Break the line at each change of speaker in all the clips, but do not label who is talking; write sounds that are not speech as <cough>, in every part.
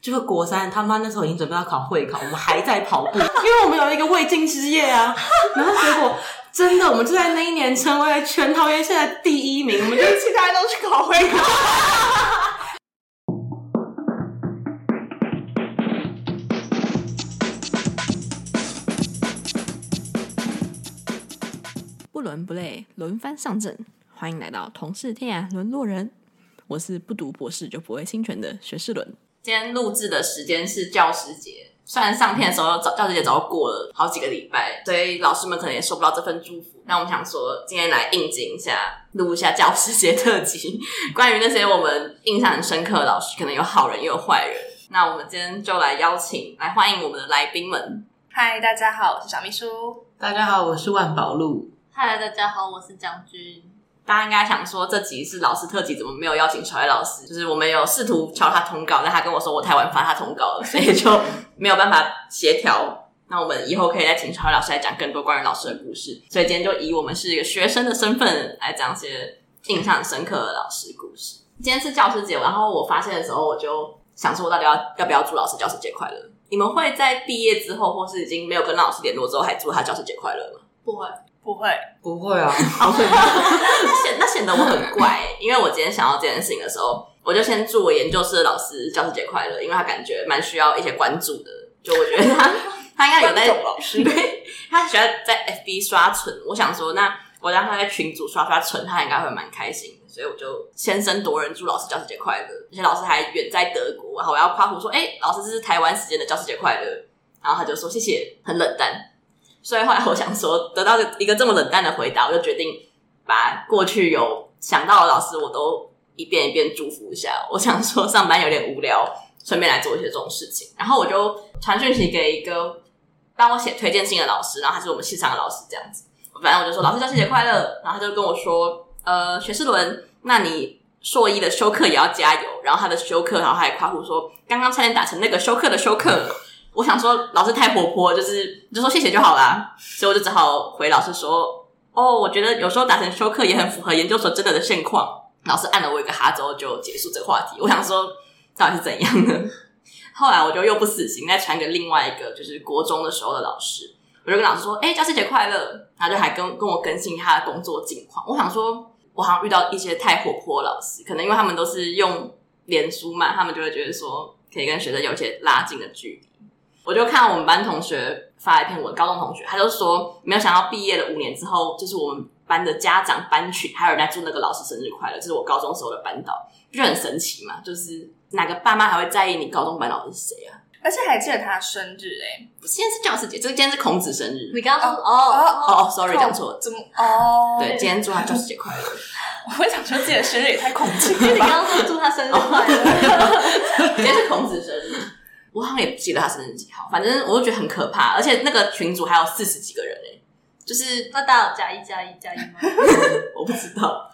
就是国三，他妈那时候已经准备要考会考，我们还在跑步，因 <laughs> 为我们有一个未竟之夜啊。然后结果真的，我们就在那一年成为全桃园现在第一名，我们就
因为其他人都去考会考。
不伦不类，轮番上阵。欢迎来到同是天涯沦落人，我是不读博士就不会侵权的学士伦。
今天录制的时间是教师节，虽然上片的时候早教师节早就过了好几个礼拜，所以老师们可能也收不到这份祝福。那我们想说，今天来应景一下，录一下教师节特辑，关于那些我们印象很深刻的老师，可能有好人也有坏人。那我们今天就来邀请，来欢迎我们的来宾们。
嗨，大家好，我是小秘书。
<laughs> 大家好，我是万宝路。
嗨，大家好，我是将军。
大家应该想说，这集是老师特辑，怎么没有邀请小爱老师？就是我们有试图敲他通告，但他跟我说我太晚发他通告了， <laughs> 所以就没有办法协调。那我们以后可以再请小爱老师来讲更多关于老师的故事。所以今天就以我们是一个学生的身份来讲一些印象深刻的老师故事。今天是教师节，然后我发现的时候，我就想说，我到底要要不要祝老师教师节快乐？你们会在毕业之后，或是已经没有跟老师联络之后，还祝他教师节快乐吗？
不会，不会，
不会啊，
<laughs> 那显那显得我很怪、欸因为我今天想到这件事情的时候，我就先祝我研究室的老师教师节快乐，因为他感觉蛮需要一些关注的。就我觉得 <laughs> 他他应该有在老师，对，他喜欢在 FB 刷存。我想说，那我让他在群组刷刷存，他应该会蛮开心的。所以我就先声夺人，祝老师教师节快乐。而且老师还远在德国，然后我要夸胡说：“哎、老师，这是台湾时间的教师节快乐。”然后他就说：“谢谢。”很冷淡。所以后来我想说，得到一个这么冷淡的回答，我就决定把过去有想到的老师，我都一遍一遍祝福一下。我想说上班有点无聊，顺便来做一些这种事情。然后我就传讯息给一个帮我写推荐信的老师，然后他是我们系上的老师，这样子。反正我就说老师教师节快乐，然后他就跟我说，呃，学士伦，那你硕一的休课也要加油。然后他的休课，然后还夸胡说，刚刚差点打成那个休课的休课。我想说老师太活泼，就是就说谢谢就好啦，所以我就只好回老师说，哦，我觉得有时候打成休课也很符合研究所真的的现况。老师按了我一个哈之后就结束这个话题。我想说到底是怎样呢？后来我就又不死心，再传给另外一个就是国中的时候的老师，我就跟老师说，哎、教师节快乐，然后就还跟跟我更新他的工作近况。我想说，我好像遇到一些太活泼的老师，可能因为他们都是用脸书嘛，他们就会觉得说可以跟学生有一些拉近的距离。我就看我们班同学发了一篇文，高中同学，他就说没有想到毕业了五年之后，就是我们班的家长班群还有人在祝那个老师生日快乐，这是我高中时候的班导，不就很神奇嘛？就是哪个爸妈还会在意你高中班导是谁啊？
而且还记得他的生日哎、
不是今天是教师节，这今天是孔子生日。
你刚刚
哦
说哦
哦，sorry 讲错了。
怎么哦？
对，今天祝他教师节快乐。
<laughs> 我会想说自己的生日也太恐惧
你
了
<laughs>
吧。
刚说祝他生日快乐， <laughs> 今天是孔子生日，我好像也不记得他生日几号，反正我就觉得很可怕，而且那个群组还有四十几个人哎、就是
那大家有加一加一加一吗？
<laughs> 我不知道，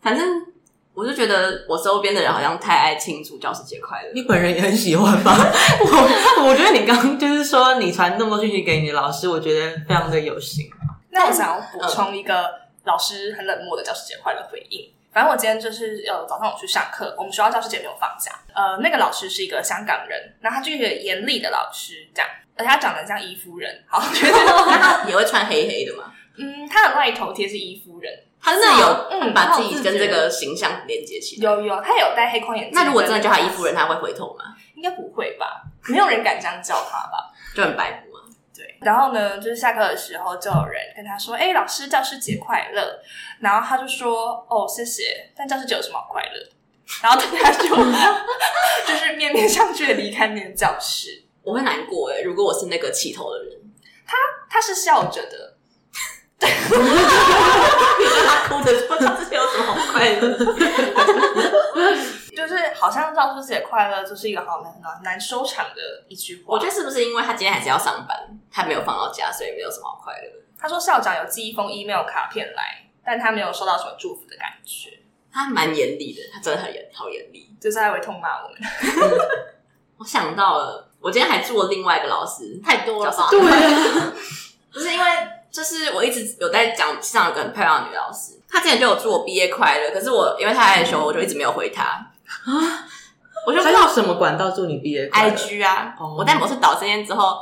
反正我就觉得我周边的人好像太爱庆祝教师节快乐。
<laughs>
你本人也很喜欢吧？ <laughs> 我我觉得你刚刚就是说你传那么多讯息给你的老师，我觉得非常的有心。
那我想要补充一个老师很冷漠的教师节快乐回应。反正我今天就是呃早上我去上课，我们学校教师节没有放假。呃，那个老师是一个香港人，然后他就是一个严厉的老师，这样，而且他长得很像伊夫人。好，
<laughs>
我觉得
那他也会穿黑黑的嘛？
嗯，他的外头贴是伊夫人，
他真的有
嗯
把自己跟这个形象连接起来。
有有，他有戴黑框眼镜。
那如果真的叫他伊
衣
夫
服
人，，他会回头吗？
应该不会吧？没有人敢这样叫他吧？
就很白目嘛。啊
对。然后呢，就是下课的时候，就有人跟他说：“哎、老师，教师节快乐。”然后他就说：“哦，谢谢。”但教师节有什么好快乐的？然后大家就 <laughs> 就是面面相觑的离开那个教室。
我会难过哎、如果我是那个起头的人，
他是笑着的，
<laughs> 他哭着说他之前有什么好快
<laughs>
乐？
就是好像教师节快乐就是一个好难很难收场的一句话。
我觉得是不是因为他今天还是要上班，他没有放到家，所以没有什么好快乐？
他说校长有寄一封 email 卡片来，但他没有收到什么祝福的感觉，
他蛮严厉的，他真的很严，好严厉。
就是他会痛骂我们。
我想到了，我今天还做了另外一个老师，
太多
了吧
对啊，
不是因为，就是我一直有在讲，上有个很漂亮的女老
啊
师，她之前就有祝我毕业快乐，可是我因为她害羞，我就一直没有回她。我就不
他
知道
用什么管道祝你毕业快乐
IG 啊
哦，
我在某次导生宴之后，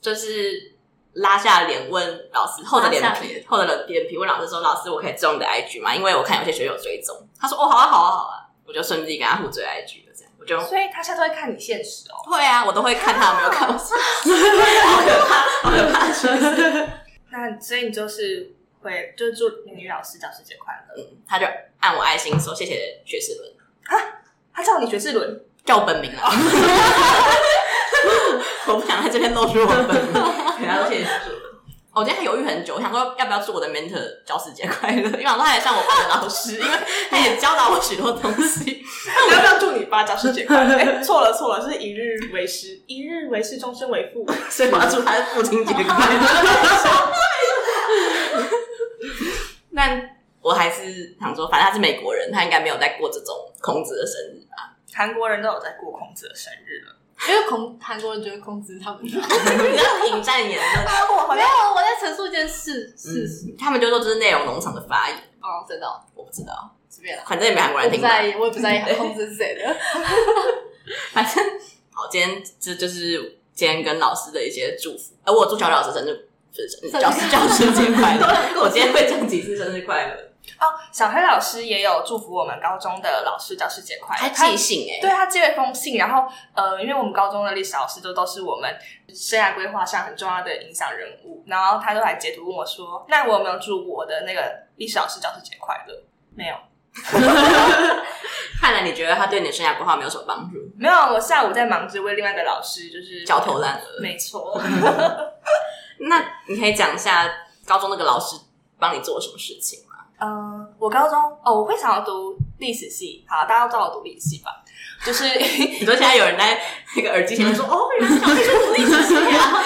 就是拉下脸问老师，厚着脸
拉下
皮，厚着脸脸皮问老师说：“老师，我可以追你的 IG 吗？因为我看有些学友追踪。”他说：“哦，好啊，好啊，好啊。”我就顺利跟他互追 IG 了，这样我就
所以他现在都会看你现实哦。
会啊，我都会看他有没有看我，好可怕，好
哦
可怕。
<laughs>
那所以你就是会就是祝美女老师教师节快乐。
他就按我爱心说：“谢谢学士伦，
他叫你爵士 <laughs> 伦，
叫我本名 <laughs> 啊。”我不想在这边露出我的本名。
然后谢谢叔叔
哦我今天还犹豫很久，我想说要不要祝我的 mentor 教师节快乐，因为我想说他也像我爸的老师，因为他也教导我许多东西。
你要不要祝你爸教师节快乐？哎，错了错了，是一日为师，一日为师，终身为父。
所以
<laughs>
我要祝他父亲节快乐。但我还是想说，反正他是美国人，他应该没有在过这种孔子的生日吧？
韩国人都有在过孔子的生日了。
因为孔韩国人觉得孔子他们，没有，
你要引战言论，
啊，我好像
我在陈述一件事事实。
嗯他们就说这是内容农场的发言，
哦，真的哦，
我不知道，
随便啦，
反正也没韩国
我
人
不
听过。
在意，我也不在意孔子是谁的。
反正好，今天这就是今天跟老师的一些祝福。呃，我祝小老师生日，不
<laughs>
是生日，
生日
教师教师节快乐。我今天会讲几次生日快乐，
哦，小黑老师也有祝福我们高中的老师教师节快乐。
还寄信哎、
对他寄了一封信，然后呃，因为我们高中的历史老师都都是我们生涯规划上很重要的影响人物，然后他都还截图问我说：“那我有没有祝我的那个历史老师教师节快乐？”没有，
看来你觉得他对你的生涯规划没有什么帮助，
没有，啊我下午在忙着为另外一个老师就是
焦头烂额。
没错，
那你可以讲一下高中那个老师帮你做了什么事情吗？
嗯，我高中哦，我会想要读历史系，好，大家都知道我读历史系吧，就是 <laughs>
你说现在有人在那个耳机前面说：“哦，原来小弟是努力学习啊。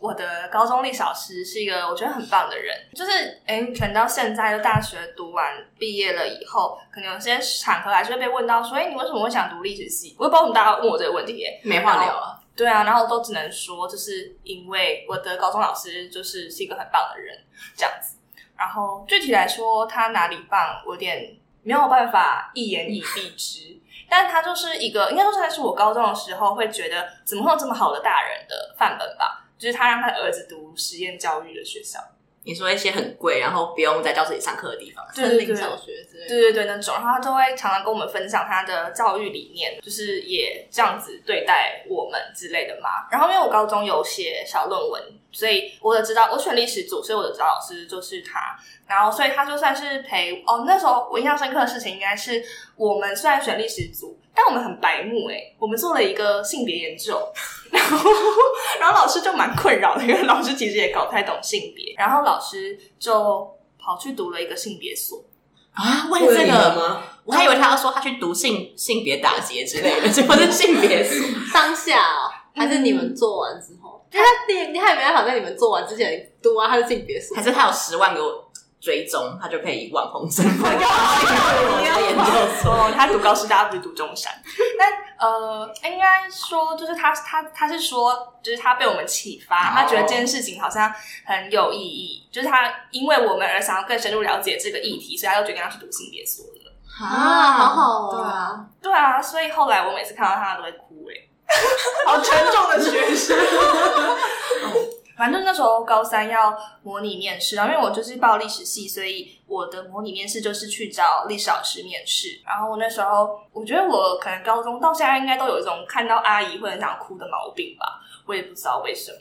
我的高中历史老师是一个我觉得很棒的人，就是哎，诶可能到现在就大学读完毕业了以后，可能有些场合还是会被问到说，哎，你为什么会想读历史系？我也不知道为什么大家问我这个问题耶。”
没话聊啊。
对啊，然后都只能说，就是因为我的高中老师就是是一个很棒的人，这样子。然后具体来说，他哪里棒，我有点没有办法一言以蔽之。但他就是一个，应该说他是我高中的时候会觉得，怎么会有这么好的大人的范本吧？就是他让他儿子读实验教育的学校，
你说一些很贵，然后不用在教室里上课的地方，
对对
森
对
林小学之类的。
对对对，那种，然后他都会常常跟我们分享他的教育理念，就是也这样子对待我们之类的嘛。然后因为我高中有写小论文，所以我也知道我选历史组，所以我的指导老师就是他。然后所以他就算是陪哦，那时候我印象深刻的事情应该是我们虽然选历史组，但我们很白目诶、我们做了一个性别研究， <laughs> 然后然后老师就蛮困扰的，因为老师其实也搞不太懂性别，然后老师就跑去读了一个性别所。
啊，为
为
了
了
这
你
个
们 <laughs> 吗？
我还以为他要说他去读性性别打劫之类的，结果是性别所。
当下哦，还是你们做完之后，因为他你你还没办法在你们做完之前读完他的性别书
还，是他有十万给我追踪，他就可以网红身
啊
份。
研究所，他读高师大，不是读中山。但呃，应该说就是他他他是说，就是他被我们启发，
哦
他觉得这件事情好像很有意义，就是他因为我们而想要更深入了解这个议题，所以他就决定要去读性别所了。
啊，好好
对啊，
啊，
对啊，所以后来我每次看到他都会哭哎、 <laughs> 好沉重的学 <laughs> 生。哦反正那时候高三要模拟面试，然后因为我就是报历史系，所以我的模拟面试就是去找历史老师面试。然后我那时候，我觉得我可能高中到现在应该都有一种看到阿姨会很想哭的毛病吧，我也不知道为什么。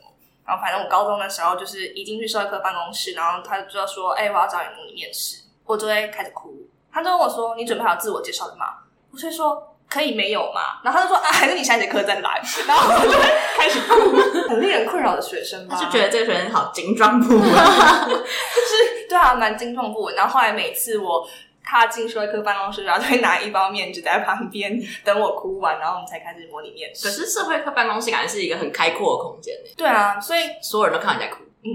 然后反正我高中的时候就是一进去社会科办公室，然后他就说：“哎、我要找你模拟面试。”我就会开始哭。他就问我说：“你准备好自我介绍了吗？”我就说可以没有嘛，然后他就说啊，还是你下一节课再来，然后我就会开始哭，很令人困扰的学生吧，
他就觉得这个学生好精装不稳，
是对啊，蛮精壮不稳。然后后来每次我踏进社会科办公室，然后就会拿一包面纸在旁边等我哭完，然后我们才开始模拟面
可
试。
是社会科办公室感觉是一个很开阔的空间诶，
对啊，所以
所有人都看到你在哭。
嗯，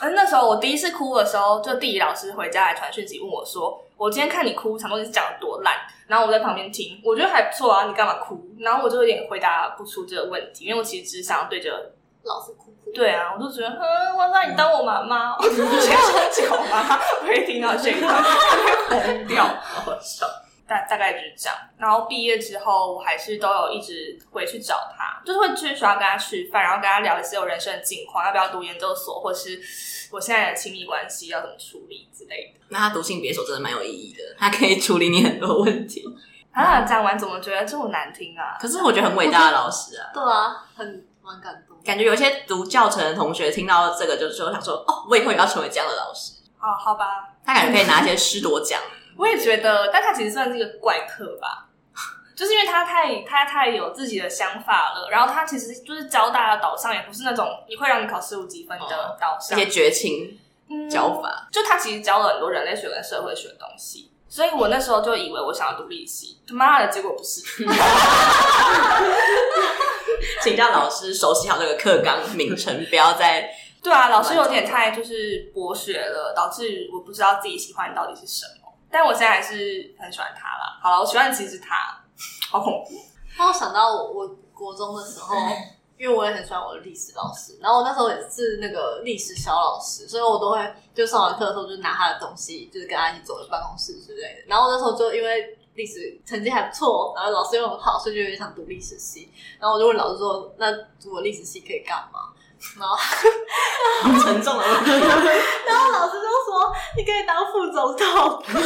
而那时候我第一次哭的时候，就地理老师回家来传讯息问我说：“我今天看你哭，长东西讲的多烂。”然后我在旁边听，我觉得还不错啊，你干嘛哭？然后我就有点回答不出这个问题，因为我其实只想要对着
老师哭哭。
对啊，我就觉得，嗯，我让你当我妈妈哦，谁说叫我妈妈？我一听到这一段，我就疯掉。
好笑。
大大概就是这样。然后毕业之后，我还是都有一直回去找他，就是会去学校跟他吃饭，然后跟他聊一些我人生的近况，要不要读研究所，或是我现在的亲密关系要怎么处理之类的。
那他读性别手真的蛮有意义的，他可以处理你很多问题。
啊，讲完怎么觉得这么难听啊？
可是我觉得很伟大的老师啊，
对啊，很蛮感动。
感觉有些读教程的同学听到这个就就想说，哦，我以后也要成为这样的老师。
哦，好吧，
他感觉可以拿一些师铎奖。
我也觉得，但他其实算是一个怪客吧，就是因为他太他太有自己的想法了，然后他其实就是交大的导向，也不是那种你会让你考十五几分的导
一
向，
些绝情
嗯
教法，
就他其实教了很多人类学跟社会学的东西，所以我那时候就以为我想要读历史，他妈的，结果不是。
请教老师熟悉好这个课纲名称，不要再
对啊，老师有点太就是博学了，导致我不知道自己喜欢到底是什么。但我现在还是很喜欢他啦。好了，我喜欢的其实是他，好恐怖。
让我想到我我国中的时候，
哎
因为我也很喜欢我的历史老师，然后我那时候也是那个历史小老师，所以我都会就上完课的时候就拿他的东西，就是跟他一起走进办公室之类的。然后那时候就因为历史成绩还不错，然后老师又很好，所以就有点想读历史系。然后我就问老师说：“那读我历史系可以干嘛？”然后
很沉重的问
<laughs>
题。
然后老师就说：“你可以当副总统。 <laughs>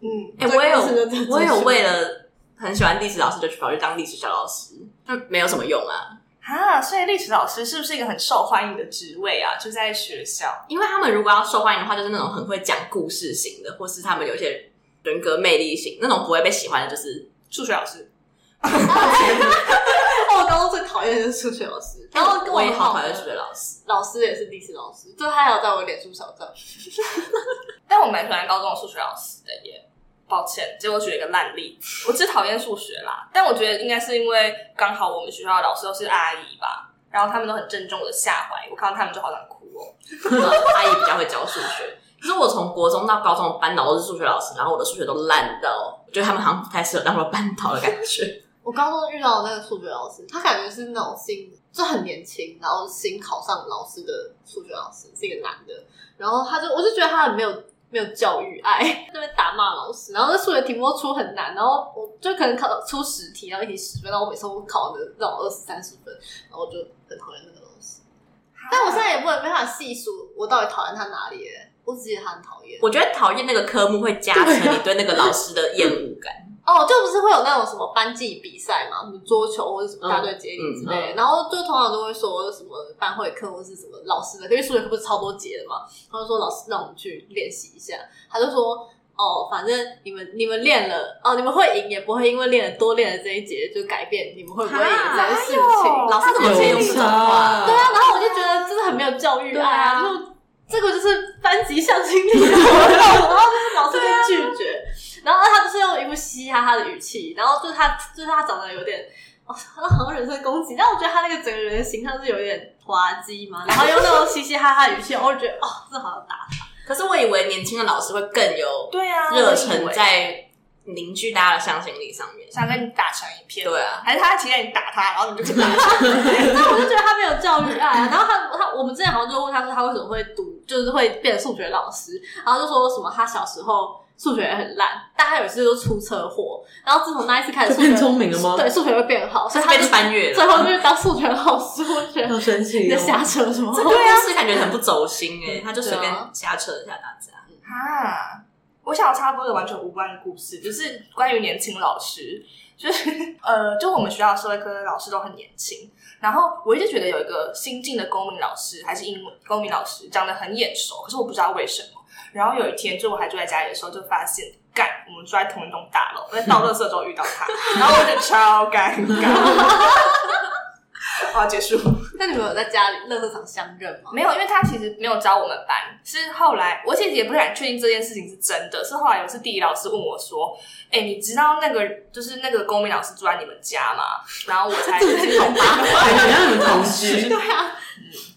嗯，
<laughs> 哎、我也有，我也有为了很喜欢历史老师，就去跑去当历史小老师，那没有什么用啊。
啊，所以历史老师是不是一个很受欢迎的职位啊？就在学校，
因为他们如果要受欢迎的话，就是那种很会讲故事型的，或是他们有一些人格魅力型，那种不会被喜欢的，就是
数学老师。
我高中最讨厌的就是数学老师，然后跟
哎我也
很
好
好
讨
的
厌数学老师。
老师也是历史老师，就他还有在我脸书小站。
但我蛮喜欢高中的数学老师的耶。抱歉，结果举了一个烂例。我只讨厌数学啦，但我觉得应该是因为刚好我们学校的老师都是阿姨吧，然后他们都很正中我的下怀，我看到他们就好想哭哦。
阿姨比较会教数学，可是我从国中到高中的班导都是数学老师，然后我的数学都烂到，我觉得他们好像不太适合当我的班导的感觉。
我高中遇到的那个数学老师，他感觉是那种新，就很年轻，然后新考上老师的数学老师，是一个男的。然后他就，我就觉得他很没有没有教育爱， <laughs> 那边打骂老师。然后那数学题目都出很难，然后我就可能考出十题，然后一题十分，然后我每次都考的那种二十三十分，然后我就很讨厌那个老师。但我现在也不能没法细数我到底讨厌他哪里耶，我只记得他很讨厌。
我觉得讨厌那个科目会加
啊
深你对那个老师的厌恶感。
哦，就不是会有那种什么班级比赛嘛，什么桌球或者什么大队接力之类的，然后就通常都会说什么班会课或是什么老师的，因为数学课不是超多节的嘛，他就说老师让我们去练习一下，他就说哦，反正你们你们练了哦，你们会赢也不会因为练了多练了这一节就改变你们会不会赢这件事情。
哪有
老师怎么可以用这种话？
对啊，然后我就觉得真的很没有教育爱啊，
对啊
就这个就是班级向心 <laughs> 力的活动，然后就是老师被拒绝，然后他就是用一副嘻嘻哈哈的语气，然后就是他就是他长得有点。哦，他好像人身攻击，但我觉得他那个整个人的形象是有点滑稽嘛，然后用那种嘻嘻哈哈的语气，我就觉得哦，这好像打
可是我以为年轻的老师会更有
对啊，
热忱
我以为
在凝聚大家的向心力上面。
想跟你打成一片。
对啊
还是他期待你打他，然后你就去打他。
<laughs> 但我就觉得他没有教育
<laughs>
爱啊。然后他他我们之前好像就问他说他为什么会读，就是会变成数学老师，然后就说什么他小时候数学也很烂，但他有一次就出车祸，然后自从那一次开始数学
变聪明了吗
对，数学会变好，所以他
被
就
穿越
最
了，
后就是当数学老师，我
<laughs>
觉
要
得
生
你
气
在
哦。
瞎扯什么话？
对啊，是感觉很不走心哎、他就随便
对啊
瞎扯一下大家。
啊，我想插播一个完全无关的故事，就是关于年轻老师，就是呃，就我们学校的社会科老师都很年轻，然后我一直觉得有一个新进的公民老师还是英文公民老师长得很眼熟，可是我不知道为什么。然后有一天，就我还住在家里的时候，就发现。干，我们住在同一栋大楼，我在倒垃圾的时候遇到他，然后我就超尴尬。 <laughs> 我要结束。
<laughs> 那你们有在家里乐色场相认吗？
没有，因为他其实没有教我们班，是后来我其实也不敢确定这件事情是真的，是后来有一次地理老师问我说：“哎、你知道那个就是那个公民老师住在你们家吗？”然后我才
感觉哎像你们同居，
<laughs> 对啊，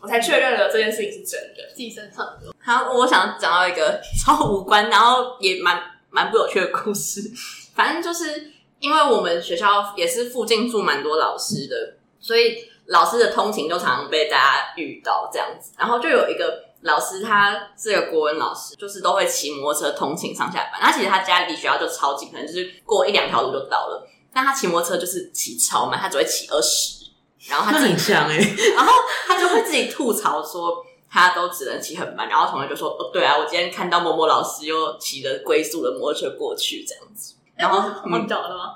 我才确认了这件事情是真的。
自己身上的
好，我想讲到一个 <laughs> 超无关，然后也蛮蛮不有趣的故事。反正就是因为我们学校也是附近住蛮多老师的，所以老师的通勤就常常被大家遇到这样子。然后就有一个老师他是个国文老师，就是都会骑摩托车通勤上下班。他其实他家离学校就超近，可能就是过一两条路就到了。但他骑摩托车就是骑超慢，他只会骑二十，然后他
那
自己
很强哎、欸，
然后他就会自己吐槽说他都只能骑很慢，然后同学就说：“哦，对啊，我今天看到某某老师又骑着龟速的摩托车过去这样子。”然后，
我
嗯，
讲了吗？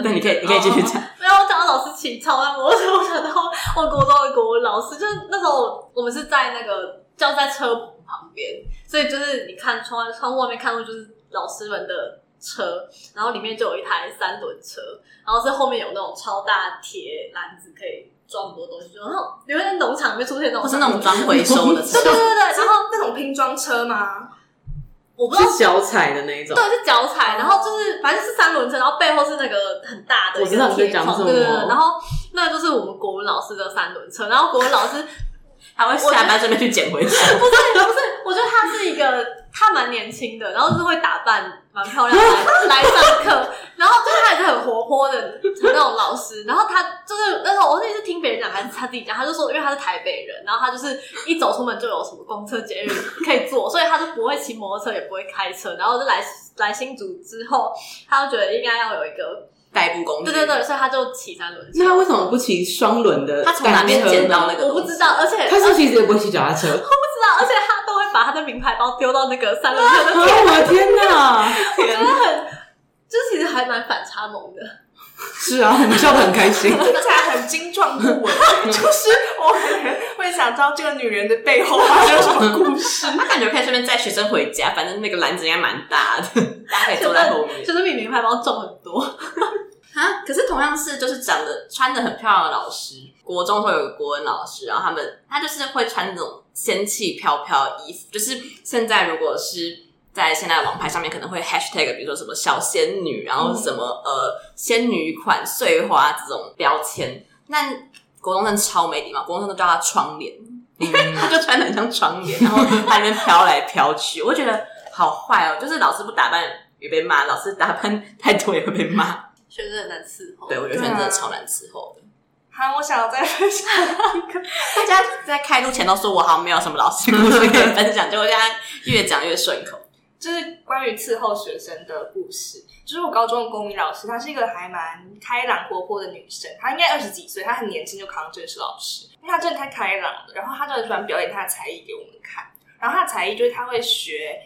对，你可以，你可以继续讲。
没有，我讲到老师请超慢摩托车，我想到我国中的国文老师，就是那时候我们是在那个就在车棚旁边，所以就是你看窗外窗户外面看过就是老师们的车，然后里面就有一台三轮车，然后是后面有那种超大铁篮子可以装很多东西，就然后你会在农场里面出现那种，
或是那种装回收的车
对，对对对，
然
然后
后那种拼装车吗？
我不知道
是脚踩的那一种。
对，是脚踩，然后就是反正是三轮车，然后背后是那个很大的
我
一
知道
个
你在
铁
讲
窗，
什
对
么
对对。然后那就是我们国文老师的三轮车，然后国文老师
他会下班顺便去捡 <laughs> 回去。
不是不是，我觉得他是一个他蛮年轻的，然后就是会打扮蛮漂亮来来上课，然后就是他也是很活泼的那种老师，然后他就是那时候我那是听别人讲还是他自己讲，他就说因为他是台北人，然后他就是一走出门就有什么公车、捷运可以坐，所以他就不会骑摩托车，也不会开车，然后就来来新竹之后，他就觉得应该要有一个
代步工具， <laughs>
对对，对，所以他就骑三轮
那他
车。
为什么不骑双轮的？
他从哪边捡到那？个？
我不知，道，而且
他是其实也不会骑脚踏车。
道，而且他都会把他的名牌包丢到那个三轮车的
啊！我的天哪！
<laughs>
真的很，就其实还蛮反差萌的。
是啊，我们笑得很开心。
听起来很精壮不稳， <laughs> 就是我很会想知道这个女人的背后发生什么故事。
他感觉可以顺便载学生回家，反正那个篮子应该蛮大的， <laughs> 大家可以坐在后面。
就是比名牌包重很多。
啊，可是同样是就是长得穿的很漂亮的老师，国中会有个国文老师，然后他们他就是会穿那种仙气飘飘的衣服，就是现在如果是。在现在的网拍上面可能会 hashtag，比如说什么小仙女，然后什么、呃仙女款碎花这种标签。那国中生超没礼貌，国中生都叫他窗帘，因 <laughs> 为他就穿的很像窗帘，然后他那边飘来飘去，我觉得好坏哦。就是老师不打扮也被骂，老师打扮太多也会被骂。
学生很难伺候，
对，我觉得
对
真
啊
的超难伺候的。
好，我想要再分享一个，
大家在开录前都说我好像没有什么老师 <laughs> 故事可以分享，结果现在越讲越顺口。
就是关于伺候学生的故事。就是我高中的公民老师，她是一个还蛮开朗活泼的女生，她应该二十几岁，她很年轻就考上正式老师，因为她真的太开朗了。然后她就很喜欢表演她的才艺给我们看，然后她的才艺就是她会学，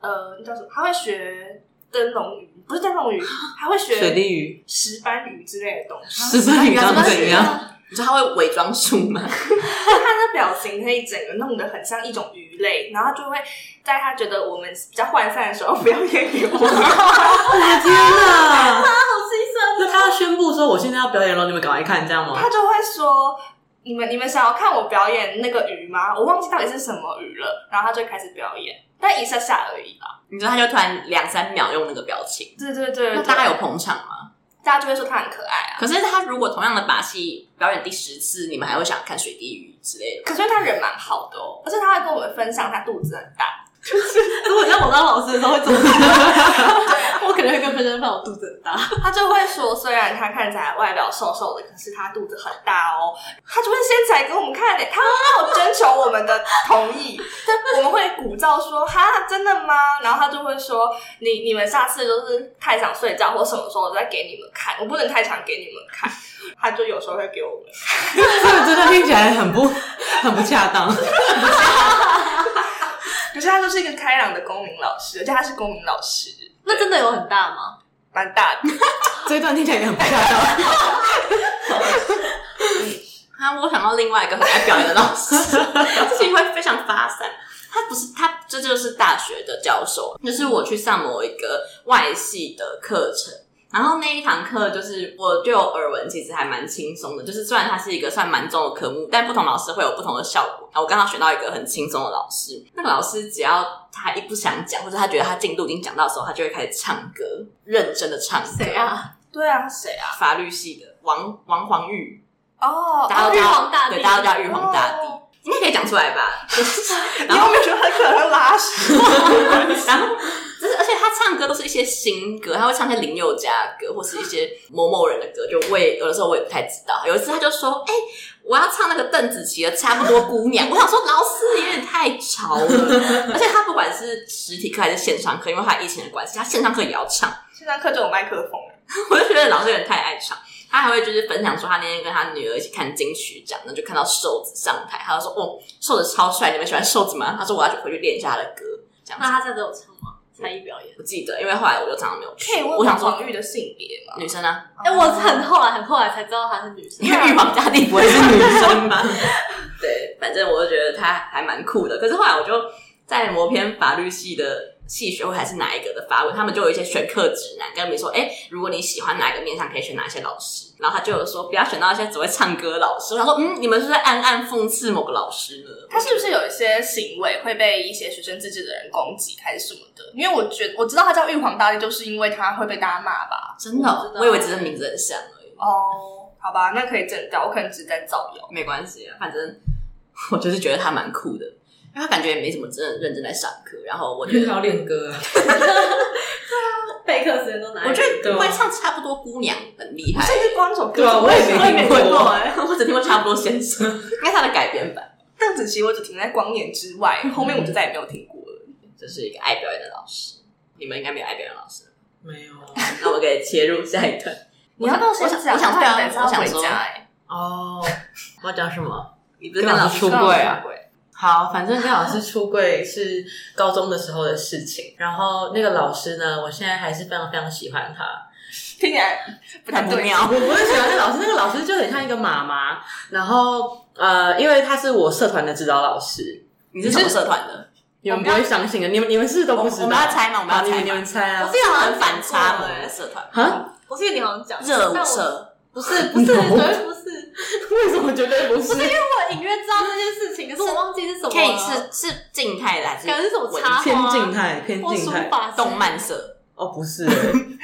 呃，那叫什么？她会学灯笼鱼，不是
<laughs>
灯笼鱼，她会学
水利鱼，
石斑鱼之类的东西。
石斑鱼长得怎样？
你知道他会伪装术吗？
他的表情可以整个弄得很像一种鱼类，然后就会在他觉得我们比较涣散的时候表演给我们。
我的哦天哪！
好牺牲。
那他宣布说我现在要表演了，你们赶快看，这样吗
他？就会说：“你们你们想要看我表演那个鱼吗？我忘记到底是什么鱼了。”然后他就开始表演，但一下下而已吧。
你知道他就突然两三秒用那个表情，
对对对，
那
对
大家有捧场吗？
大家就会说他很可爱啊。
可是他如果同样的把戏表演第十次，你们还会想看水滴鱼之类的吗？
可是他人蛮好的哦，而且他还跟我们分享他肚子很大。
如果像我当老师的时候会怎么办？我可能会跟分身饭，我肚子很大。
他就会说，虽然他看起来外表瘦瘦的，可是他肚子很大哦。他就会先起来给我们看呢、他没有征求我们的同 <laughs> 意，但我们会鼓噪说：“哈，真的吗？”然后他就会说：“你你们下次就是太想睡觉或什么时候，我再给你们看，我不能太常给你们看。”他就有时候会给我们，
这个真的听起来很不很不恰当。
可是他就是一个开朗的公民老师，而且他是公民老师，
那真的有很大吗？
蛮大的。
这一段听起来也很不恰当。
啊，我想到另外一个很爱表演的老 <laughs> 师，事情会非常发散。他不是他，这就是大学的教授。就是我去上某一个外系的课程，然后那一堂课就是我就有耳闻，其实还蛮轻松的。就是虽然它是一个算蛮重的科目，但不同老师会有不同的效果。然后我刚好选到一个很轻松的老师，那个老师只要他一不想讲，或者他觉得他进度已经讲到的时候，他就会开始唱歌，认真的唱歌。
谁？啊？
对啊，谁啊？
法律系的王王黄玉。
哦，
大家
哦
都
玉
叫
皇大帝
对，大家都叫玉皇大帝，
哦
应
<laughs>
该可以讲出来吧？ <laughs>
你有没有觉得他可能拉屎？
然后就是而且他唱歌都是一些新歌，他会唱一些林宥嘉的歌或是一些某某人的歌，就我也有的时候我也不太知道。有一次他就说：“哎、我要唱那个邓紫棋的《差不多姑
<laughs>
娘》。”我想说老师有点太潮了，而且他不管是实体课还是线上课，因为他疫情的关系，他线上课也要唱，
线上课就有麦克风，
<laughs> 我就觉得老师有点太爱唱。他还会就是分享说，他那天跟他女儿一起看金曲奖，然后就看到瘦子上台，他就说：“哦，瘦子超帅，你们喜欢瘦子吗？”他说：“我要去回去练一下他的歌。”这样子
那他真的有唱吗？才艺表演？
不记得，因为后来我就常常没有去。
可以
我想
问
说
黄玉的性别吗？哦
女生啊，
哎、我是很后来很后来才知道她是女
<laughs>
生
因。为玉皇大帝不会是女生
<laughs>
嘛。对，反正我就觉得他还蛮酷的。可是后来我就在某篇法律系的系学会还是哪一个的发文，他们就有一些选课指南，跟你说，哎、如果你喜欢哪一个面向，可以选哪一些老师。然后他就有说，不要选到一些只会唱歌的老师。我想说，嗯，你们是不是暗暗讽刺某个老师呢？
他是不是有一些行为会被一些学生自治的人攻击还是什么的？因为我觉得我知道他叫玉皇大帝，就是因为他会被大家骂吧。
真的哦，
我不知道
我以为只是名字很像而已。
哦，好吧，那可以整掉，我可能只是在造谣。
没关系啊，反正我就是觉得他蛮酷的，因为他感觉也没怎么真的认真在上课。然后我
我
觉
觉得
得
他要练歌啊，
备课时间都拿来
我觉
对
得
啊
会唱差不多姑娘很厉害，
甚至光首歌，
对啊我也
<laughs>
没
我也
听
没
过
听过哎、
我只听过差不多先 <laughs> 生，应该是他的改编版，
邓紫棋我只停在光年之外，后面我就再也没有听过了。
这是一个爱表演的老师。你们应该没有爱表演的老师，
没有
那我们可以切入下一段。
你要到现在，
我想
我
我
想
想
等着
我
要
想
回
说
家哎、
哦。我要讲什么？
你不是跟老师
跟老师出柜啊
出柜？
好，反正跟老师出柜是高中的时候的事情。然后那个老师呢，我现在还是非常非常喜欢他。
听起来不太对。
我不是喜欢那个老师，那个老师就很像一个妈妈。然后呃，因为他是我社团的指导老师，
你是什么社团的？
你们不会相信的，啊你们你们是不是都
我
不知道？
我们要猜吗？我们
啊，
要
你
猜
们你
吗？
们猜啊
我！记得好像
很反差
讲
萌
过
的
哎
社团，
啊，
我记得你好像讲
热
但
舞
我
社，
不是不是
你懂吗
绝对不是，
为什么绝对不是？
我隐约知道这件事情，可是我忘记是什么了。
可以是是静态的还是
感觉是什么
文
插
偏
花
静态，偏
或
静
书
态。
法
动漫社？
哦，不是， <laughs> 我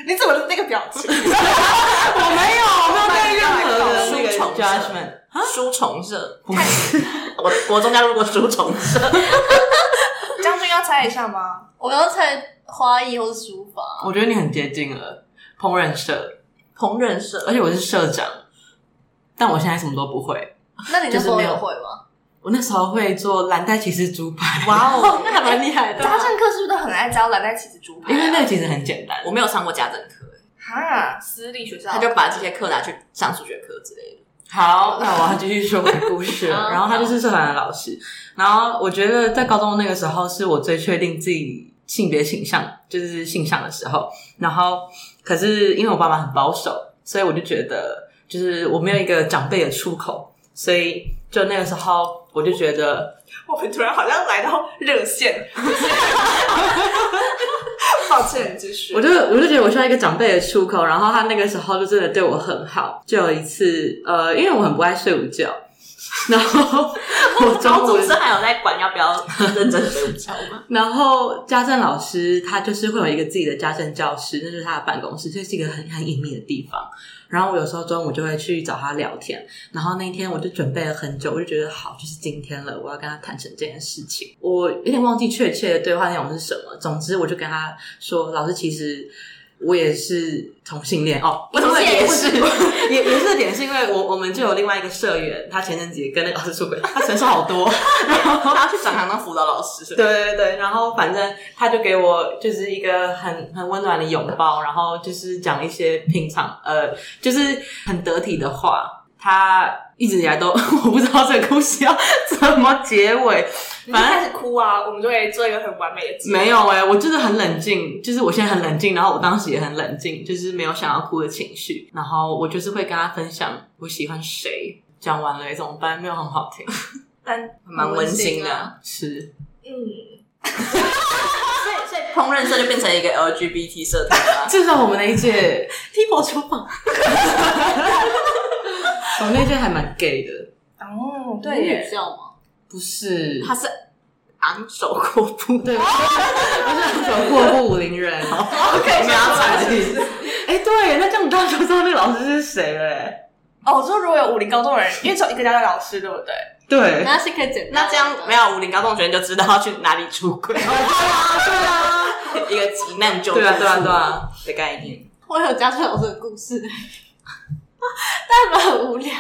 你怎么那个表情？
没有，我没有对任何的那
书
个
虫
judgment。
社，书虫社啊不是。 <laughs> 我国中加入过书虫社，
将军要猜一下吗？
我刚刚猜花艺或是书法，
我觉得你很接近了，烹饪社，
烹饪社
而且我是社长，但我现在什么都不会。
那你那时候
就是没有
有会吗？
我那时候会做蓝带骑士猪排，
哇哦！ <laughs>
那还蛮厉害的。
家政课是不是都很爱教蓝带起子猪排、啊？
因为那个其实很简单。
<laughs> 我没有上过家政课，
哈私立学校，
他就把这些课拿去上数学课之类的。
好，那我要继续说我的故事了。
<laughs>
好
然后他就是社团的老师，然后我觉得在高中那个时候是我最确定自己性别倾向，就是性向的时候。然后可是因为我爸妈很保守，所以我就觉得就是我没有一个长辈的出口，所以就那个时候我就觉得
我们突然好像来到热 <laughs> 线，抱歉，你继续。
我就我就觉得我需要一个长辈的出口，然后他那个时候就真的对我很好。就有一次，呃，因为我很不爱睡午觉，然后 <laughs> 我
高
中午
中生还有在管要不要 <laughs> 认真睡午 <laughs> 觉吗？
然后家政老师他就是会有一个自己的家政教室，那就是他的办公室，这是一个很很隐秘的地方。然后我有时候中午就会去找他聊天，然后那一天我就准备了很久，我就觉得好，就是今天了，我要跟他坦诚这件事情。我有点忘记确切的对话内容是什么，总之我就跟他说，老师其实。我也是同性恋哦，我
怎么也是
<laughs> 也也是的点是因为我我们就有另外一个社员，他前阵子也跟那个老师出轨，他承受好多，
他要去转行当辅导老师，
对对对，然后反正他就给我就是一个很很温暖的拥抱，然后就是讲一些平常呃，就是很得体的话。他一直以来都 <laughs> 我不知道这个故事要怎么结尾，
你就
反正
开始哭啊，我们就会做一个很完美的结尾。
没有哎、我就是很冷静，就是我现在很冷静，然后我当时也很冷静，就是没有想要哭的情绪，然后我就是会跟他分享我喜欢谁。讲完了、怎么办？没有很好
<laughs>
听，
但
蛮温馨
很温馨啊
的。
是。
嗯，
所以所以烹饪社就变成一个 LGBT 社团了
至少我们那一 <laughs> 届，
People 厨房，
我们那一届还蛮 gay 的，
哦，对
女
耶，
教吗？
不是
他是昂首阔步，
对，我是走过过武陵人。
OK，没有踩进
哎，对，那这样你当时就知道那个老师是谁了。哎
哦，我说如果有武林高中的人，因为只有一个家教老师，对不对？
对，
那是可以简单。
<laughs> 那这样没有武林高中学生就知道要去哪里出轨。
对啊，对啊，
一个急难救助
对啊对啊对啊
的概念。
我有家政老师的故事， <laughs> 但很无聊。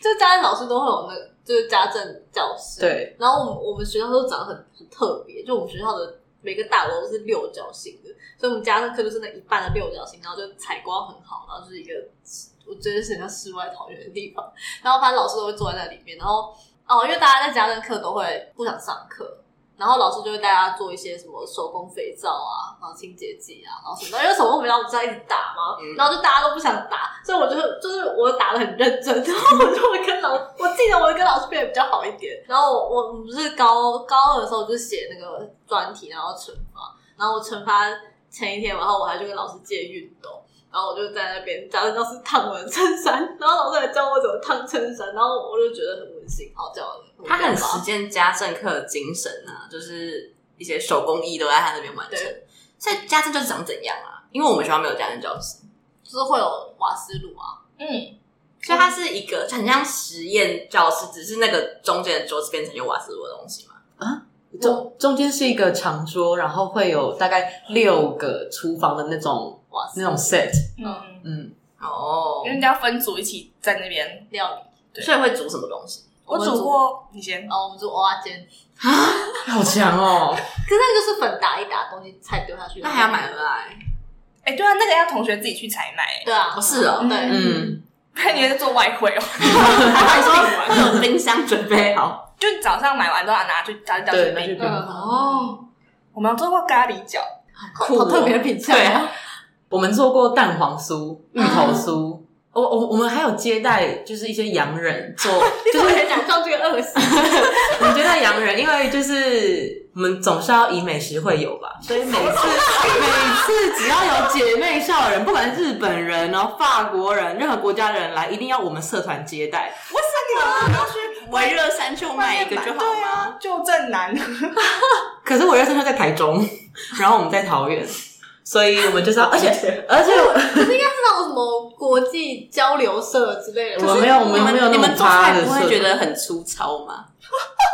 就家政老师都会有那个，就是家政教室。
对。
然后我们我们学校都长得很很特别，就我们学校的每个大楼都是六角形的，所以我们家政课就是那一半的六角形，然后就采光很好，然后就是一个我觉得是很像世外桃源的地方。然后反正老师都会坐在那里面，然后哦，因为大家在家政课都会不想上课，然后老师就会带大家做一些什么手工肥皂啊，然后清洁剂啊，然后什么的，因为手工肥皂不是要一直打吗？
嗯
然后就大家都不想打，所以我就就是我打的很认真，然后我就会跟老，我记得我跟老师变得比较好一点。然后我我不是高高二的时候就写那个专题，然后惩罚，然后我惩罚前一天，然后我还去跟老师借熨斗。然后我就在那边假装教室烫我的衬衫，然后老师还教我怎么烫衬衫，然后我就觉得很温馨，好教的。
他很
好
实践家政课的精神啊，就是一些手工艺都在他那边完成。所以家政就是长怎样啊？因为我们学校没有家政教室，
就是会有瓦斯炉啊，
嗯，
所以它是一个很像实验教室，只是那个中间的桌子变成有瓦斯炉的东西嘛。
中中间是一个长桌，然后会有大概六个厨房的那种
瓦斯
那种 set，
嗯，
嗯，
哦
因为要分组一起在那边。
料理。
对
所以会煮什么东西？
我
们
煮过，你先
然。后我们做蚵仔煎，
好强哦！
可是那个就是粉打一打东西菜丢下去，
那还要买回来？
哎，对啊，那个要同学自己去采买，
对啊，
哦，是哦。
对，
嗯，
不然你会做
<laughs>
外汇哦。
还说会有冰箱准备好。
就早上买完都要拿去家教
对，
去
那就
冰
不。用。
嗯
哦，
我们有做过咖喱饺，
好
酷
好
哦
特别的品相
对
<laughs>
啊，
我们做过蛋黄酥、芋头酥，我我我们还有接待就是一些洋人做， <laughs> 就
就是是讲到这个恶习，
我们接待洋人，因为就是我们总是要以美食会友吧，所以每次每次只要有姐妹校的人，不管是日本人，然后法国人，任何国家的人来，一定要我们社团接待。
<laughs> 微热山丘买一个就好
对
吗？
啊，就正南。
可是我热身就在台中， <laughs> 然后我们在桃园，所以我们就是要，而且
<laughs>
而且
可是应该是那种什么国际交流社之类的。
我没有我们没有那
你
么
啊们做
趴
菜
的
不会
社
觉
团
得很粗糙 <laughs> 吗？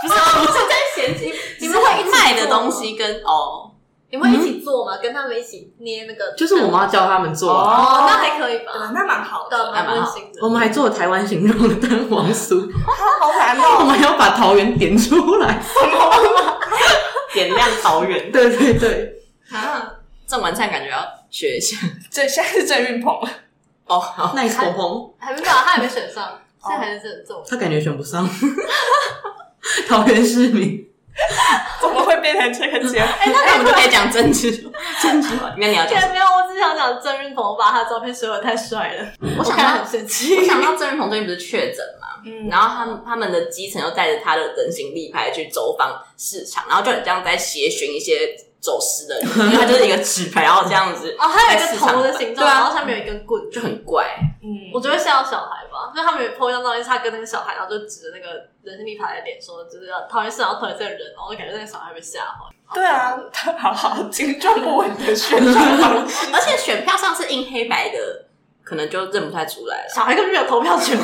不是，
啊
我是在嫌弃
<laughs> 你们会卖的东，西跟哦，
你们会一起做吗？跟他们一起捏那个，
就是我们要教他们做啊。
哦，那还可以吧？
嗯那蛮好
对，
的，
蛮温馨的。
我们还做了台湾形状的蛋黄
<laughs>
酥，
好
哎
难
我
哦。
们还要把桃园点出来。
点亮桃
<laughs>
园
对对对，
啊，这晚餐感觉要学一下
这现在是郑运鹏了，
哦。好
那鹏鹏
还没到，啊他还没选上，现在还是很重。
他感觉选不上， <laughs> 桃园市民。
怎么会变成这个结果？
哎，那
那我们就可以讲政治， <laughs> 政治话，那你要讲什
天
么？
没有，我只想讲郑运鹏，我把他的照片说的太帅了，
我想
看
到
很生气。
我想到郑云鹏最近不是确诊嘛，
嗯
然后他们他们的基层又带着他的人形立牌去走访市场，然后就很像在协寻一些走失的人，因为他就是一个纸牌，然后这样子
哦，还有一个头的形
对
状，
啊
然后上面有一根棍，
就很怪。
嗯
<laughs> 我觉得吓到小孩吧，就他们有 po 一张照片，他跟那个小孩，然后就指着那个人形立牌的脸说，就是要讨厌市场，讨厌这个人，然后就感觉那个小孩被吓坏。
对啊，他好好精壮不稳的宣传方式。
而且选票上是印黑白的，可能就认不太出来了。
小孩根本没有投票权，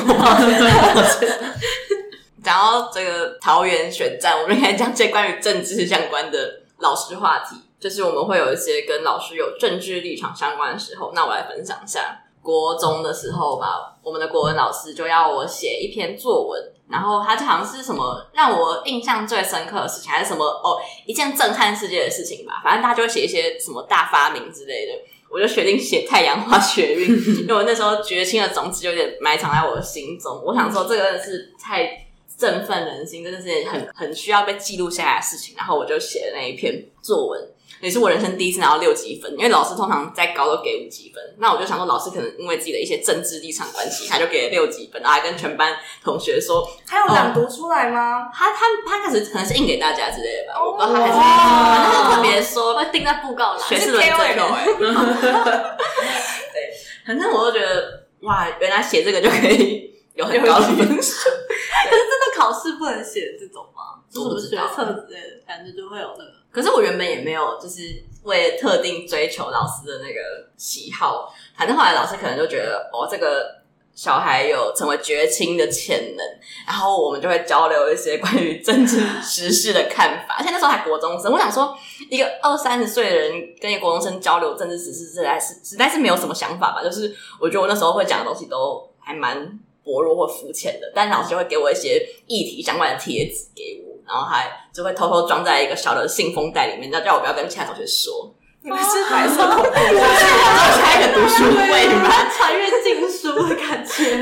讲到这个桃园选战，我们应该讲些关于政治相关的老师话题，就是我们会有一些跟老师有政治立场相关的时候。那我来分享一下，国中的时候吧，我们的国文老师就要我写一篇作文，然后他就好像是什么让我印象最深刻的事情，还是什么哦一件震撼世界的事情吧，反正他就会写一些什么大发明之类的。我就决定写太阳花学运，因为我那时候绝情的种子有点埋藏在我的心中。我想说，这个真的是太振奋人心，真的是很很需要被记录下来的事情。然后我就写了那一篇作文，也是我人生第一次拿到六级分，因为老师通常在高都给五级分。那我就想说，老师可能因为自己的一些政治立场关系，他就给了六级分，然后还跟全班同学说，
还有朗读出来吗？
他他他开始可能是印给大家之类的吧，我不知道他还是
哦
他就特别说
会钉在布告栏。 <laughs>
学士
是
伦
K
正
O L
哎，对，反正我就觉得哇，原来写这个就可以有很高的分数，
真的考试不能写这种吗？就
我不知
什
道 <laughs>
么学测之类的，感觉就会有那个。
可是我原本也没有就是为特定追求老师的那个喜好，反正后来老师可能就觉得哦，这个小孩有成为绝亲的潜能，然后我们就会交流一些关于政治时事的看法。而且那时候还国中生，我想说，一个二三十岁的人跟一个国中生交流政治时事，实在是实在是没有什么想法吧。就是我觉得我那时候会讲的东西都还蛮薄弱或肤浅的，但老师就会给我一些议题相关的贴纸给我，然后还就会偷偷装在一个小的信封袋里面，要叫我不要跟其他同学说。
你们是白色恐怖，
<laughs> 开个读书会吧。
穿越禁书的感
<laughs>
觉，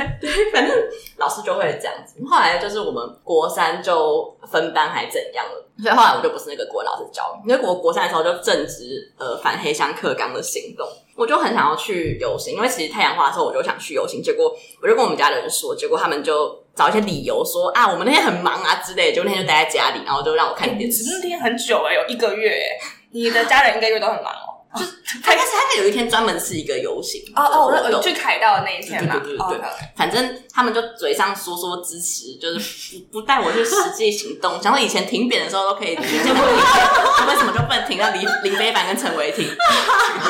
反正老师就会这样子。后来就是我们国三就分班还怎样了，所以后来我就不是那个国文老师教了，因为我国三的时候就正值呃反黑箱课纲的行动，我就很想要去游行，因为其实太阳花的时候我就想去游行，结果我就跟我们家的人说，结果他们就找一些理由说啊我们那天很忙啊之类的，就那天就待在家里，然后就让我看电视。
那天很久哎、有一个月哎、你的家人一个月都很忙哦。
他开始他有一天专门是一个游行
哦哦，
活
我
动
我去凯道的那一天啦。
对对对对对
哦
反正他们就嘴上说说支持，就是不不 <laughs> 带我去实际行动。想说以前停扁的时候都可以停，结果以前为什么就不能停到林林非凡跟陈伟 <laughs> 霆？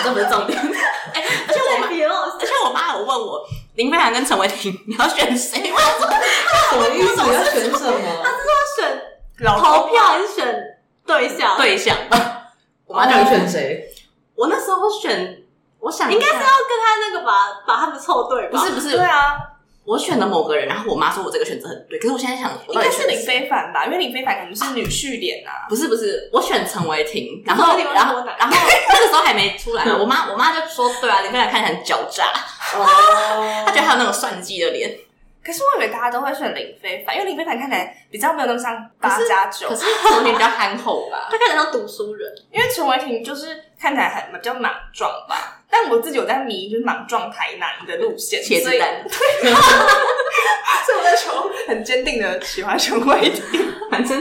这不是重点。 <laughs> 哎、而且我妈，
别老师
而且我妈有问我，林非凡跟陈伟霆，你要选谁？我想说
什么意思？要选什么？
要选
老
投票还是选对象？，
对象。我妈就
你选谁？
<laughs> 我那时候选，我想
应该是要
一下
跟他那个吧，把他们凑对吧？
不是不是
对，啊，
我选的某个人，然后我妈说我这个选择很对，可是我现在想，我
应
到
该
底
是
选
林
谁
非凡吧，因为林非凡可能是女婿脸啊。
不是不是，我选陈伟霆，然
陈
后
伟霆
然后
我哪
然后那个时候还没出来， <laughs> 我妈我妈就说，对啊，林非凡看起来很狡诈，
哦
她觉得 <laughs> 他有那种算计的脸，
可是我以为大家都会选林非凡，因为林非凡看起来比较没有那么像八加九
可，是陈伟霆比较憨厚吧。
他看起来像读书人，
因为陈伟霆就是看起来很比较莽撞吧。但我自己有在迷，就是莽撞台南的路线，
茄
所以
子蛋，
<laughs> 所以我那时候很坚定的喜欢陈伟霆。
<laughs> 反正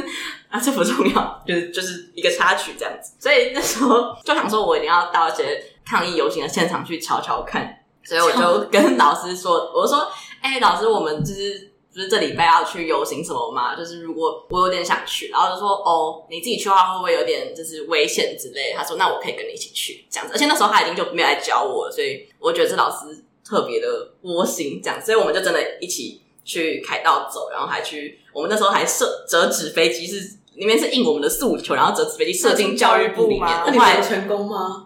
啊，这不重要，就是就是一个插曲这样子。所以那时候就想说，我一定要到一些抗议游行的现场去瞧瞧看。所以我 <laughs> 就跟老师说，我就说，哎、老师，我们就是就是这礼拜要去游行什么嘛？就是如果我有点想去，然后就说，哦，你自己去的话会不会有点就是危险之类的？他说，那我可以跟你一起去这样子。而且那时候他已经就没有来教我了，所以我觉得这老师特别的窝心这样，所以我们就真的一起去凯道走，然后还去我们那时候还设折纸飞机是里面是印我们的诉求，然后折纸飞机射进教育部里面，
那
那
后
你们
来
有成功吗？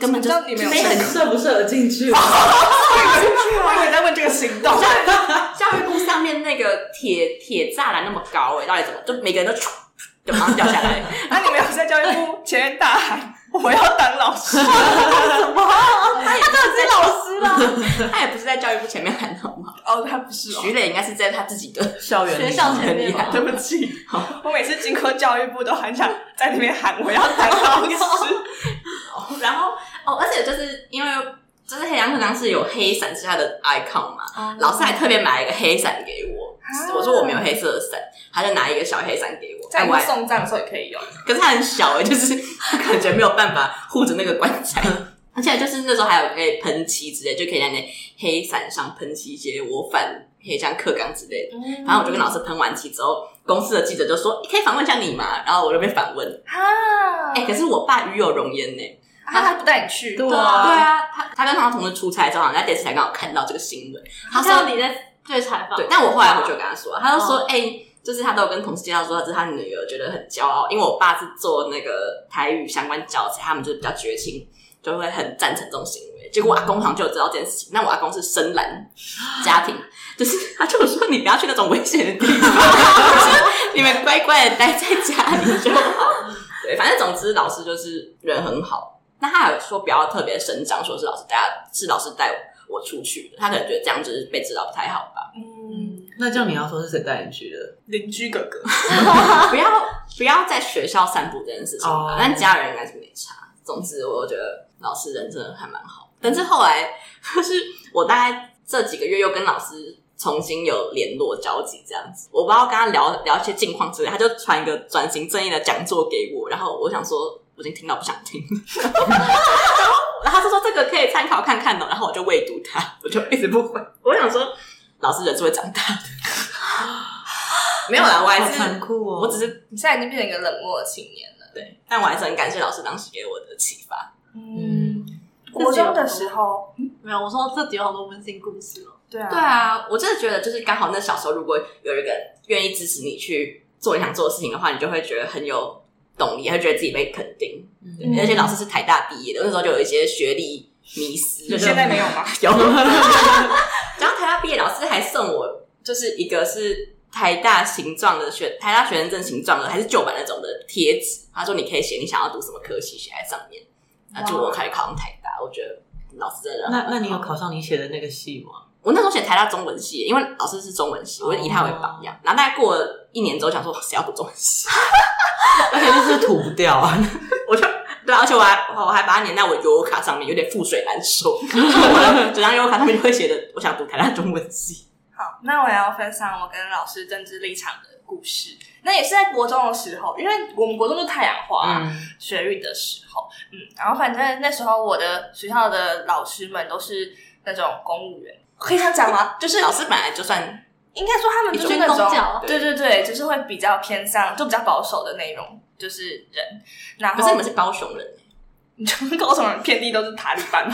根本就
什么叫你没有
你
成
很
功
射不射得进去？
我以为在问这个行 <laughs> 动，
教育部上面那个铁铁栅栏那么高哎、到底怎么就每个人都唰就马上掉下 <laughs> 来？
那啊你们有在教育部前面大喊“我要当老师
他真的是老师啦， <laughs> 他也不是在教育部前面喊的 <laughs> 好吗？”？
哦，他不是哦，
徐磊应该是在他自己的
校园
学校前
很厉
面
害
吗，
对
对
不
不起， <laughs> 我每次经过教育部都很想在那边喊“我要当老师
起。然后哦，而且就是因为就是黑羊可能是有黑伞是他的 icon 嘛，”。 <laughs> 老师还特别买了一个黑伞给我，
啊
我说我没有黑色的伞，他就拿一个小黑伞给我，
在
哎
你
我
们
还
送葬的时候也可以用。
可是它很小哎、 <laughs> 就是它感觉没有办法护着那个棺材。
嗯
而且就是那时候还有可以喷漆之类，就可以在那黑伞上喷漆一些我反黑箱课纲之类的。反正我就跟老师喷完漆之后，公司的记者就说：“可以访问一下你嘛？”然后我就被反
嗯
问。
啊，
哎、可是我爸与有容焉呢、
啊他不带你去，
对
对
啊，
啊，他他跟他同事出差的时候，好像在电视台刚好看到这个新闻，他
他
说
像你在对采访，
对，但我后来回去就跟他说，他就说，哎、就是他都有跟同事介绍说，这是他女儿，觉得很骄傲，因为我爸是做那个台语相关教材，他们就是比较绝情，就会很赞成这种行为。结果我阿公好像就有知道这件事情，那我阿公是深蓝家庭，就是他就说你不要去那种危险的地方， <laughs> 就是你们乖乖的待在家里就好。对，反正总之老师就是人很好。那他还有说不要特别声张，说是老师带他是老师带我出去的，他可能觉得这样就是被指导不太好吧。
嗯，
那这样你要说是谁带你去的？
邻居哥哥，
不要不要在学校散步这件事情吧
哦
但家人应该是没差。总之，我觉得老师人真的还蛮好。但是后来，就是我大概这几个月又跟老师重新有联络交集，这样子，我不知道跟他聊聊一些近况之类，他就传一个转型正义的讲座给我，然后我想说我已经听到不想听， <laughs> 然后然后他就说这个可以参考看看哦，然后我就未读他，我就一直不回，我想说老师人是会长大
<laughs>
的，没有啦，我还
好
是
残酷哦！
我只是
你现在已经变成一个冷漠的青年了。
对，但我还是很感谢老师当时给我的启发。
嗯，
国中的时候，嗯
没有，我说这集有好多温馨故事哦。
对啊，
嗯
对啊，我真的觉得就是刚好那小时候，如果有一个人愿意支持你去做你想做的事情的话，你就会觉得很有动力，也会觉得自己被肯定。
嗯
而且老师是台大毕业的，那时候就有一些学历迷失。就是
现在没有吗？
<laughs> 有。然后台大毕业老师还送我，就是一个是台大形状的学台大学生证形状的，还是旧版那种的贴纸。他说你可以写你想要读什么科系，写在上面。那就我开始考上台大，我觉得老师真的
<laughs>
很
那
好
那你有考上你写的那个系吗？
我那时候写台大中文系，因为老师是中文系，我就以他为榜样。然后大概过了一年之后，想说谁要读中文系？ <laughs>
而且就是涂不掉 <laughs> 啊，
我就对啊、而且我还我还把它粘在我悠游卡上面，有点覆水难 <laughs> 收。我的整张悠游卡上面就会写的，我想读台大中文系。
好，那我也要分享我跟老师政治立场的故事。那也是在国中的时候，因为我们国中就太阳花、啊学运的时候，嗯，然后反正那时候我的学校的老师们都是那种公务员，可以这样讲吗？就是
老师本来就算
应该说他们就是那
一种
种
公教，啊
对对对，就是会比较偏向，就比较保守的那种，就是人。然
可是
后
你们是高雄人，
你们高雄人遍地都是塔利班。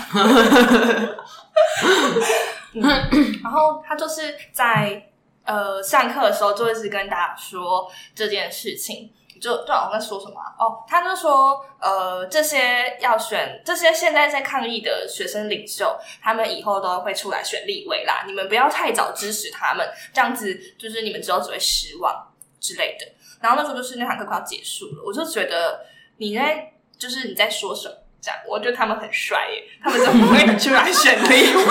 嗯然后他就是在呃上课的时候就一直跟大家说这件事情，就对啊，我在说什么啊、哦，他就说呃这些要选这些现在在抗议的学生领袖，他们以后都会出来选立委啦，你们不要太早支持他们，这样子就是你们之后只会失望之类的。然后那时候就是那堂课快要结束了，我就觉得你在就是你在说什么这样，我觉得他们很帅耶，他们怎么会出来选立委？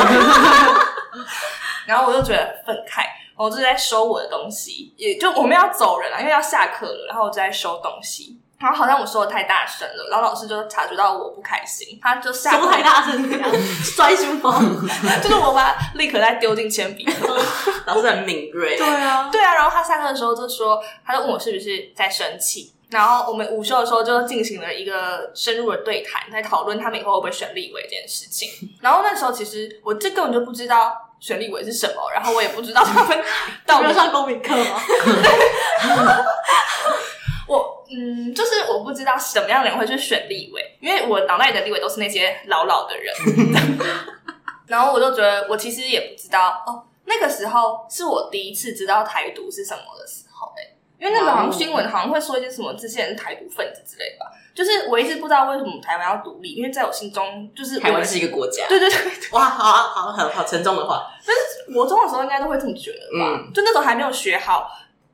<laughs> 然后我就觉得很愤慨，我就在收我的东西，也就我们要走人了，因为要下课了，然后我就在收东西。然后好像我说的太大声了，然后老师就察觉到我不开心，他就下课
说太大声这样，摔书 <laughs> 包，
<laughs> 就是我把它立刻再丢进铅笔盒。
老师很敏锐。
啊，
对啊，然后他下课的时候就说，他就问我是不是在生气。然后我们午休的时候就进行了一个深入的对谈，在讨论他们以后会不会选立委这件事情。然后那时候其实我这根本就不知道选立委是什么，然后我也不知道他
<laughs>
们到底
上公民课吗？
<laughs> 我嗯，就是我不知道什么样的人会去选立委，因为我脑袋里的立委都是那些老老的人，
<laughs>
然后我就觉得我其实也不知道哦，那个时候是我第一次知道台独是什么的时候、欸，因为那个好像
哦
新闻好像会说一些什么这些人是台独分子之类的吧，就是我一直不知道为什么台湾要独立，因为在我心中就是
台
我
湾是一个国 <laughs> 家，
对对对，
哇，好啊好啊好好沉重的话，
国中的时候应该都会这么觉得吧，就那时候还没有学好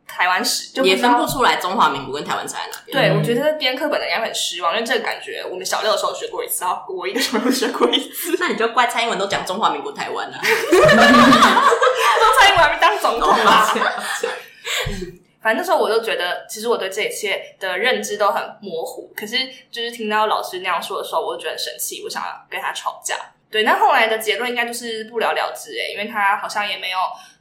台湾史，就
也
知道
分不出来中华民国跟台湾在哪边。
嗯
对，我觉得编课本的应该很失望，因为这个感觉我们小六的时候学过一次，然后国一的时候又学过一次，
那你就怪蔡英文都讲中华民国台湾了、啊，
那时候蔡英文还没当总统吧？ <laughs> 反正那时候我就觉得，其实我对这一切的认知都很模糊。可是就是听到老师那样说的时候，我就觉得很生气，我想要跟他吵架。对，那后来的结论应该就是不了了之诶、因为他好像也没有，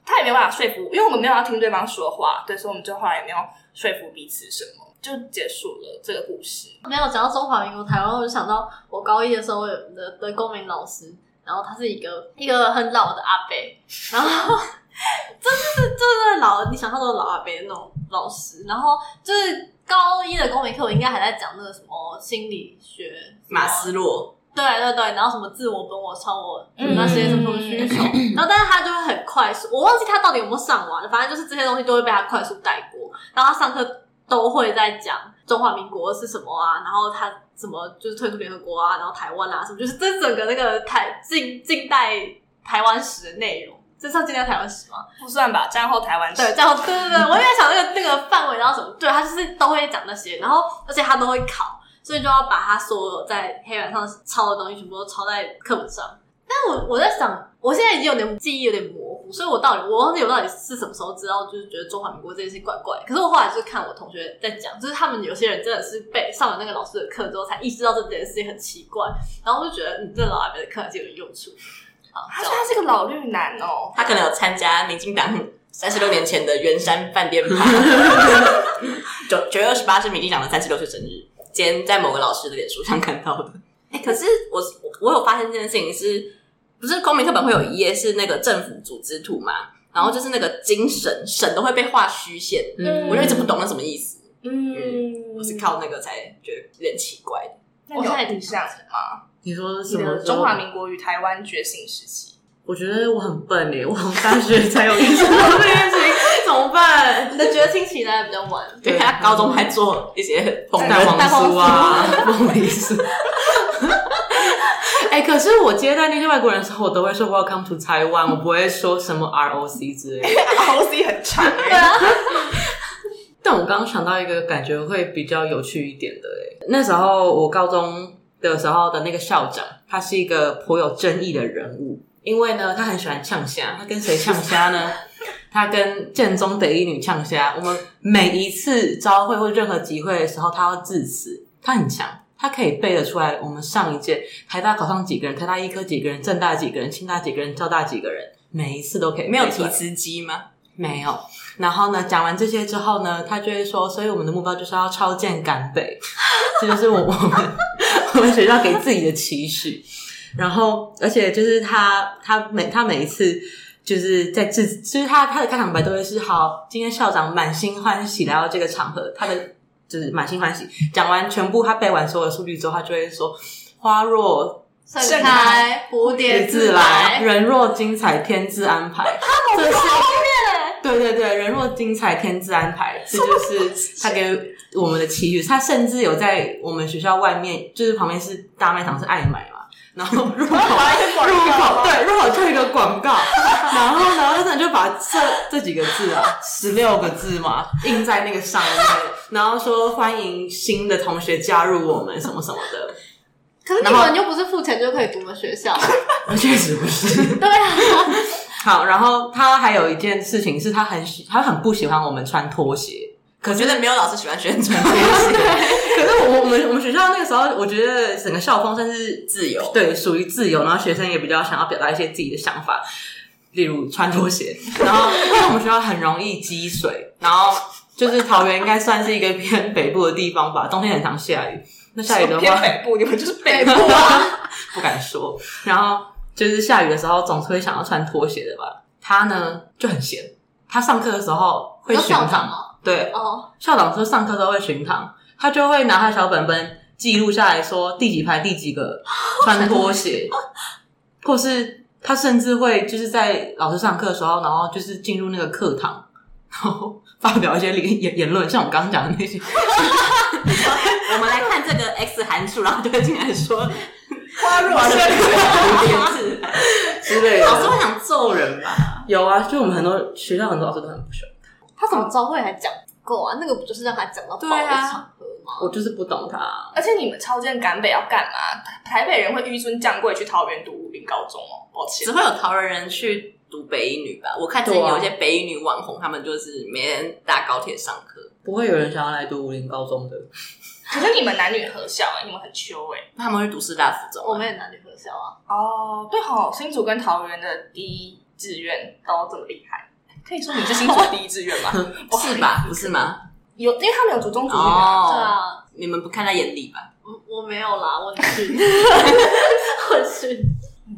他也没办法说服，因为我们没有要听对方说话，对，所以我们就后来也没有说服彼此什么，就结束了这个故事。
没有，讲到中华民国台湾，我就想到我高一的时候我有的的公民老师，然后他是一个一个很老的阿伯，然后真的是真的老，你想象中的老阿伯那种老师，然后就是高一的公民课，我应该还在讲那个什么心理学，
马斯洛，
对对对，然后什么自我、本我、超我，
嗯
那些什么需求，然后但是他就会很快速，我忘记他到底有没有上完，反正就是这些东西都会被他快速带过，然后他上课都会在讲中华民国是什么啊，然后他什么就是退出联合国啊，然后台湾啊什么，就是这整个那个台近近代台湾史的内容，这算近代台湾史吗？
不算吧，战后台湾史
对，这样对对对，我也在想那个那个范围，然后什么，对他就是都会讲那些，然后而且他都会考，所以就要把他所有在黑板上抄的东西全部都抄在课本上。但我我在想，我现在已经有点记忆有点模糊，所以我到底我忘记我到底是什么时候知道，就是觉得中华民国这件事怪怪。可是我后来就是看我同学在讲，就是他们有些人真的是被上了那个老师的课之后才意识到这件事情很奇怪，然后我就觉得，嗯，这老阿伯的课还是有点用处。 <laughs> 好，
他
这
说
样
他是个老绿男哦，
他可能有参加民进党三十六年前的圆山饭店趴。 <laughs> 九九月二十八是民进党的三十六岁生日，今天在某个老师的脸书上看到的。哎、可是我我有发现这件事情是，不是公民课本会有一页是那个政府组织图嘛？然后就是那个精神神都会被画虚线，
嗯
我就一直不懂那什么意思。
嗯
我是靠那个才觉得有点奇怪的。
那你有印象吗？
你说
你
什么
的
时候
中华民国与台湾觉醒时期。
我觉得我很笨 <laughs> 诶，我从大学才有意识到这件事情，怎么办？
你的觉醒起来比较晚，
对，他高中还做一些膨
蛋
胀
黄酥啊， <laughs> 凤梨酥。哎、可是我接待那些外国人的时候，我都会说 “Welcome to Taiwan”，我不会说什么 ROC 之类的。
啊 OC 很长、
<laughs>
欸，
啊
啊
但我刚刚想到一个感觉会比较有趣一点的、欸，那时候我高中的时候的那个校长，他是一个颇有争议的人物，因为呢，他很喜欢呛虾，他跟谁呛虾呢？他跟建中的一女呛虾。我们每一次招会或任何集会的时候，他要致辞，他很强。他可以背得出来，我们上一届台大考上几个人，台大医科几个人，政大几个人，清大几个人，交大几个人，每一次都可以背
没有
出来
提词机吗？
没有。然后呢，讲完这些之后呢，他就会说，所以我们的目标就是要超荐港北， <laughs> 这就是我我们我们学校给自己的期许。然后，而且就是他他每他每一次就是在自，就是他他的开场白都会是好，今天校长满心欢喜来到这个场合，他的就是满心欢喜。讲完全部他背完所有的数据之后，他就会说花若
盛开蝴蝶
蝶
自
自
来
来，，人若精彩，天自安排。这是
欸
对对对，人若精彩，天自安排，这就是他给我们的期许。他甚至有在我们学校外面，就是旁边是大卖场，是爱买嘛。然后入 <laughs> 口入口对入口就有一个广告，然后呢，他真的就把这这几个字啊，十六个字嘛，印在那个上面，然后说欢迎新的同学加入我们什么什么的。
可是你们又不是付钱就可以读的
<laughs>
学校，
确实不是。对啊。 <laughs> 好，然后他还有一件事情是他很喜，他很不喜欢我们穿拖鞋。
我觉得没有老师喜欢学生穿拖 <laughs> 鞋，
可是我我们我们学校那个时候，我觉得整个校风算是
自由。
对属于自由，然后学生也比较想要表达一些自己的想法，例如穿拖鞋。然后因为我们学校很容易积水，然后就是桃园应该算是一个偏北部的地方吧，冬天很常下雨。那下雨的话，
偏北部，你们就是北部啊。
<laughs> 不敢说。然后就是下雨的时候，总是会想要穿拖鞋的吧。他呢就很闲，他上课的时候会
有
巡
校长
堂，
吗？
对，
哦，
校长说上课都会巡堂，他就会拿他的小本本记录下来说第几排第几个穿拖 <laughs> 鞋，或是他甚至会就是在老师上课的时候，然后就是进入那个课堂，然后发表一些言言言论，像我刚刚讲的那些，
<laughs> 我们来看这个 x 函数，然后就会进来说
花若盛
编
<laughs>
制。
<laughs> 之类
老师会想揍人吧？
有啊，就我们很多学校很多老师都很不喜欢。
他怎么招会还讲不够啊？那个不就是让他讲到爆
对
的
啊
场合吗？
我就是不懂他，
而且你们超荐港北要干嘛？台台北人会纡尊降贵去桃园读武林高中哦，抱歉
只。会有桃园人去读北一女吧？我看之前
对啊
有一些北一女网红，他们就是每天搭高铁上课，
不会有人想要来读武林高中的。
可是你们男女合校哎、你们很秋哎、
他们会读师大附中啊。
我们也男女合校啊，
哦，对好，新竹跟桃园的第一志愿都这么厉害，可以说你是新竹第一志
<laughs>
愿吗？不好意
是
思？
吧？不是吗？
有，因为他们有族中族女啊。
对
哦，
啊，
你们不看在眼里吧？
我我没有啦，我去， <laughs> 我去，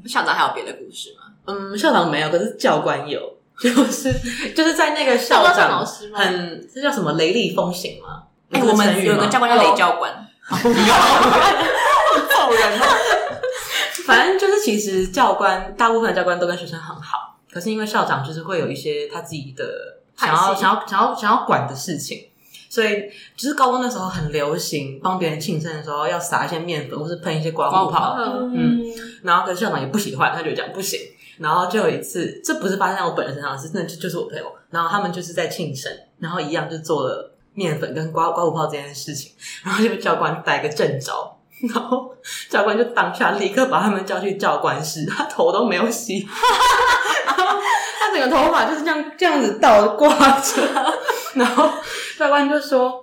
校长还有别的故事吗？
嗯，校长没有，可是教官有，就是就是在那个校
教官是老
长
师吗
很这叫什么雷厉风行吗？
哎、
有这
我
个成
们
语
有个
吗
教官叫雷教官，
揍人哦！
反正就是，其实教官大部分的教官都跟学生很好，可是因为校长就是会有一些他自己的想要
派系
想要想要想要管的事情，所以就是高中那时候很流行帮别人庆生的时候要撒一些面粉或是喷一些刮
刮
胡
胡
泡
泡，
嗯，然后可是校长也不喜欢，他就讲不行。然后就有一次，这不是发生在我本人身上，是那就就是我朋友。然后他们就是在庆生，然后一样就做了面粉跟刮刮胡泡这件事情，然后就被教官逮个正着，然后教官就当下立刻把他们叫去教官室，他头都没有洗， <laughs> 他整个头发就是这样这样子倒挂着， <laughs> 然后教官就说：“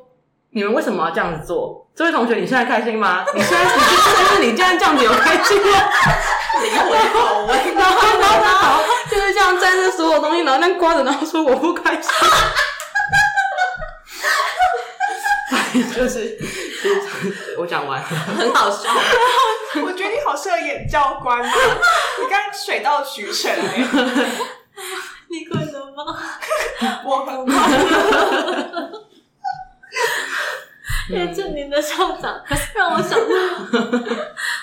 你们为什么要这样子做？这位同学，你现在开心吗？你现在你但是你这样这样子有开心吗？”
灵魂拷问。
然后然后然后就是这样沾着所有东西，然后那刮着，然后说我不开心。就是，就是我讲完 <laughs> 了，
很好笑。
我觉得你好适合演教官啊，你刚刚水到渠成哎、
<laughs> 你困了吗？
我很棒。
<laughs> 叶振宁的校长让我想到，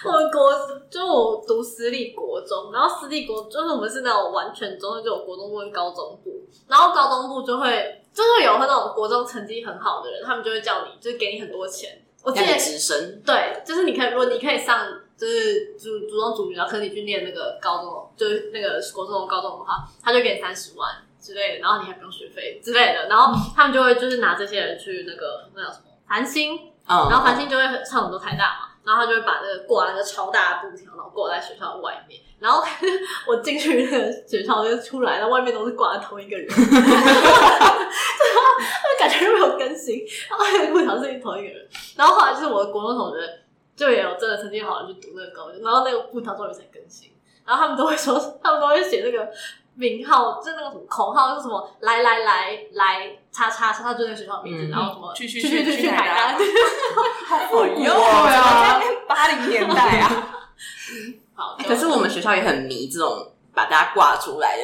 我国私立国，就是我们是那种完全中，就有国中部跟高中部，然后高中部就会就会有那种国中成绩很好的人，他们就会叫你，就是给你很多钱。我记
让
得
你直升，
对，就是你可以，如果你可以上就是主主动主语，然后可是你去念那个高中，就是那个国中、高中的话，他就给你三十万之类的，然后你还不用学费之类的，然后他们就会就是拿这些人去那个那叫什么繁星，
嗯，
然后繁星就会唱很多台大嘛，然后他就会把那个挂那个超大的布条，然后挂在学校的外面。然后我进去那个学校就出来，那外面都是挂同一个人，对他们感觉都没有更新，然后那个布条是同一个人。然后后来就是我的国中同学，就也有真的成绩好的去读那个高中，然后那个布条终于才更新，然后他们都会说，他们都会写那个名号，就是那个什么口号，就是什么来来来来叉叉叉叉，就是那个学校的名字，
嗯
然后什么
去去
去去
去
去去
海
海
南
南，对
好
哟，
啊！
八零年代啊，
好，
<laughs> 可是我们学校也很迷这种把大家挂出来的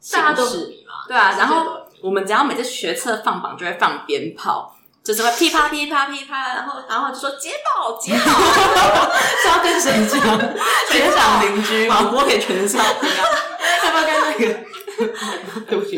形
大家都很
式，
迷嘛，
对啊。然
世界
后
都很迷
我们只要每次学测放榜，就会放鞭炮，就是会噼啪噼啪噼啪，然后然后就说捷报捷报， <laughs>
是要跟谁讲？
全场邻居广播给全校听啊，要不要跟那个？对不起，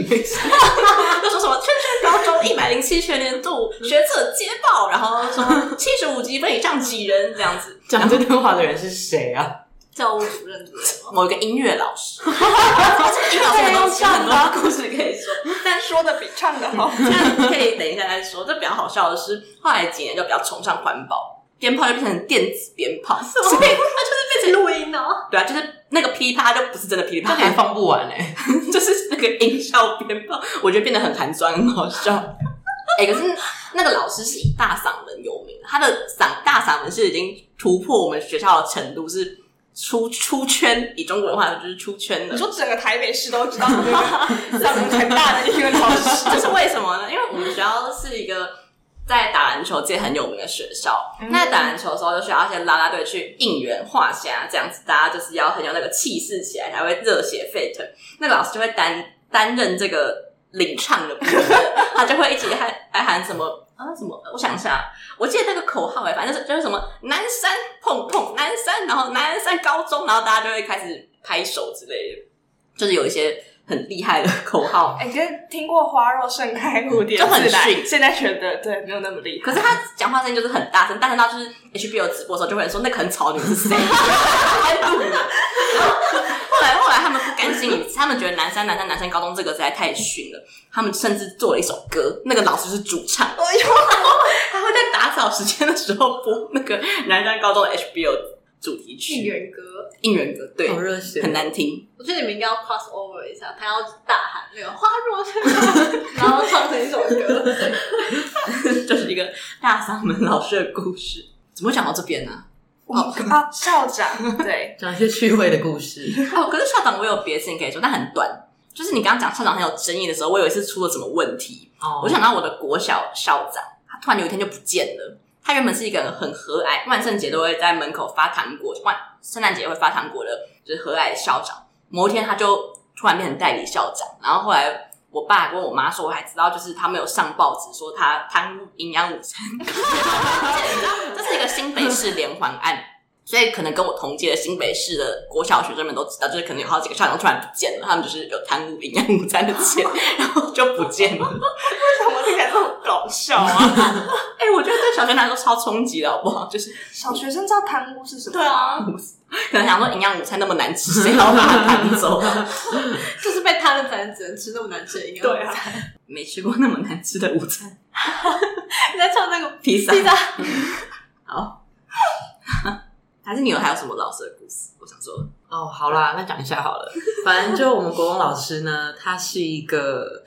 就说什么圈圈高中一百零七学年度学测捷报，然后说七十五级分以上几人这样子，
讲这段话的人是谁啊？
教务主任之类的嘛。哦
某一个音乐老 <laughs> 师，这音乐老师很多奇很
啊
多故事可以说，
但说的比唱的好。 <laughs>
但可以等一下再说。这比较好笑的是，后来几年就比较崇尚环保，鞭炮就变成电子鞭炮，所以
这 <laughs> 是录音哦，
对啊，就是那个噼啪就不是真的噼里啪
他还
啦，
放不完哎、
欸 <laughs> 就是那个音效鞭炮，我觉得变得很寒酸，很好 <laughs> 笑。哎、可是那个老师是以大嗓门有名，他的嗓大嗓门是已经突破我们学校的程度，是出出圈。以中国的话就是出圈的
你。说整个台北市都知道 <laughs> 你这个嗓门很大的一个老
<laughs>
师，
这是为什么呢？因为我们学校是一个在打篮球界很有名的学校，那打篮球的时候就需要一些啦啦队去应援、画虾这样子，大家就是要很有那个气势起来，才会热血沸腾。那个老师就会担担任这个领唱的部分，他就会一起喊还喊什么。啊什么？我想一下，我记得那个口号哎、反正就是就是什么南山碰碰南山，然后南山高中，然后大家就会开始拍手之类的，就是有一些很厉害的口号。
哎，你跟听过花若盛开，蝴蝶
就很
自来
逊
现在觉得对没有那么厉
可
害。
是他讲话声音就是很大声，大声到就是 HBO 直播的时候就会有人说那个很吵，你们是谁？ <laughs> 在录呢。然后后来后来他们不甘心，他们觉得南山南山南山高中这个实在太逊了，他们甚至做了一首歌，那个老师是主唱，
哎呦，
他会在打扫时间的时候播那个南山高中的 HBO 主题
应
曲
援歌，
应援歌，对，
好嗯哦热血，
很难听。 <laughs>
我觉得你们应该要 cross over 一下，他要大喊那个花若 <laughs> 盛开，然后唱成一首歌。
就是一个大嗓门老师的故事。怎么会讲到这边呢、
我们啊，校长，对，
讲一些趣味的故事。
哦，可是校长我有别的事情可以说，但很短。就是你刚刚讲校长很有争议的时候，我有一次出了什么问题，
哦
我想到我的国小校长，他突然有一天就不见了。他原本是一个很和蔼，万圣节都会在门口发糖果，万圣诞节会发糖果的，就是和蔼的校长。某一天他就突然变成代理校长，然后后来我爸跟我妈说，我还知道就是他们有上报纸说他贪污营养午餐， <laughs> 这是一个新北市连环案。所以可能跟我同届的新北市的国小学生们都知道，就是可能有好几个校长突然不见了，他们就是有贪污营养午餐的钱，然后就不见了。
为什么听起来这么搞笑啊？
哎、我觉得对小学来说超冲击的，好不好？就是
<laughs> 小学生知道贪污是什么？
对啊，可能想说营养午餐那么难吃，谁要把
<laughs>
它赶走？
就是被贪了才能只能吃那么难吃的营养。
对啊，
没吃过那么难吃的午餐，
你在唱那个
披萨。
披萨，
好，还是你有还有什么老师的故事？我想说，
哦，好啦，那讲一下好了。反正就我们国文老师呢，他是一个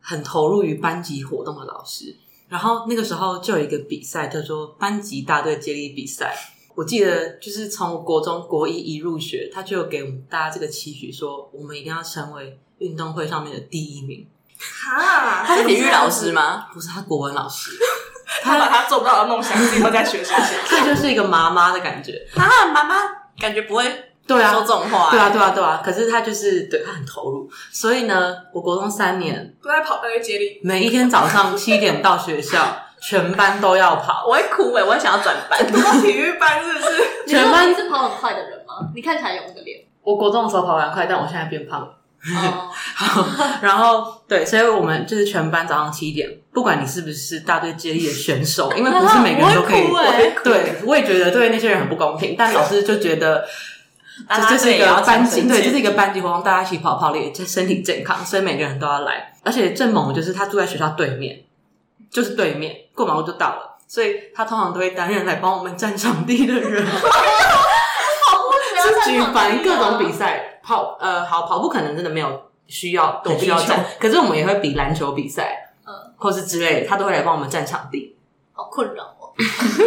很投入于班级活动的老师。然后那个时候就有一个比赛叫做班级大队接力比赛。我记得就是从国中国一一入学，他就有给我们大家这个期许，说我们一定要成为运动会上面的第一名。
哈，
他是体育老师吗？
不是他国文老师，
啊他把他做不到的梦想寄托在学生身上。
这就是一个妈妈的感觉。
啊，妈妈感觉不会
对啊，
说这种话、欸
对啊，对啊，对啊。可是他就是对他很投入，所以呢，我国中三年，
都在跑到接力，
每一天早 <laughs> 上七点到学校，全班都要跑，
我会哭
<laughs>
哎、我会想要转班。
到体育班是不是？
你知
全
道
班 <laughs>
你是跑很快的人吗？你看起来有那个脸，
我国中的时候跑蛮快，但我现在变胖了。
哦，
然后对，所以我们就是全班早上七点，不管你是不是大队接力的选手，因为不是每个人都可 <laughs> 以。
我会哭欸
对，我也觉得对那些人很不公平，但老师就觉得
<laughs> 大家
这这是一
也
个
要
班
讲
级，
成
对，
绩
这是一个班级活动，大家一起跑跑也身体健康，所以每个人都要来。而且正猛就是他住在学校对面，就是对面过马路就到了，所以他通常都会担任来帮我们占场地的人。是举
啊
凡各种比赛，跑呃好跑步可能真的没有需要
躲
很
避
需要
球
站，可是我们也会比篮球比赛，
嗯
或是之类的，他都会来帮我们占场地。
好困扰哦。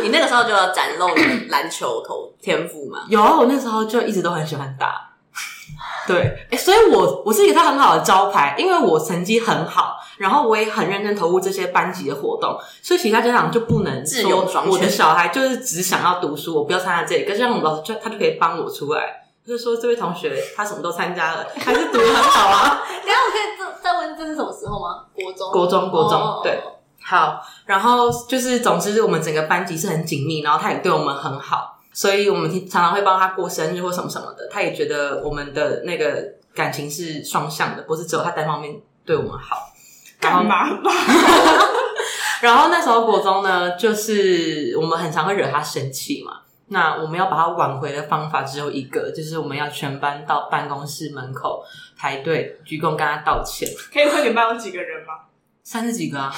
你那个时候就有展露你篮球头天赋吗？
有啊，我那时候就一直都很喜欢打。对，哎、所以我我是给他很好的招牌，因为我成绩很好，然后我也很认真投入这些班级的活动，所以其他家长就不能
自由
说
装
我的
选
小孩就是只想要读书，我不要参加这个，这样我们老师就他就可以帮我出来，就是说这位同学他什么都参加了，还是读得很好啊。 <laughs>
等一下我可以再再问这是什么时候吗？国中，
国中国中
哦
对好，然后就是，总之我们整个班级是很紧密，然后他也对我们很好，所以我们常常会帮他过生日或什么什么的。他也觉得我们的那个感情是双向的，不是只有他单方面对我们好。然后
干嘛啦？
然后那时候国中呢，就是我们很常会惹他生气嘛。那我们要把他挽回的方法只有一个，就是我们要全班到办公室门口排队鞠躬跟他道歉。
可以问你们班有几个人吗？
三十几个啊，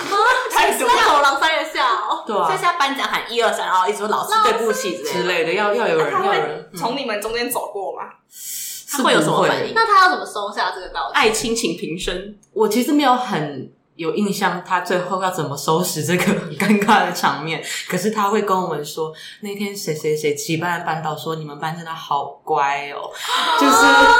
太多
那有狼三人下哦，
对啊
所以是要颁奖喊一二三，然后一直说老师对不起之
之
类
类
的。
的，要要有人，
他
要有
会
人嗯
从你们中间走过吗？
是
他会有什么
不会
反应
那他要怎么收下这个道歉？
爱亲情平生，
我其实没有很有印象，他最后要怎么收拾这个 <laughs> 很尴尬的场面。可是他会跟我们说，那天谁谁谁七班的班导说你们班真的好乖哦，就是。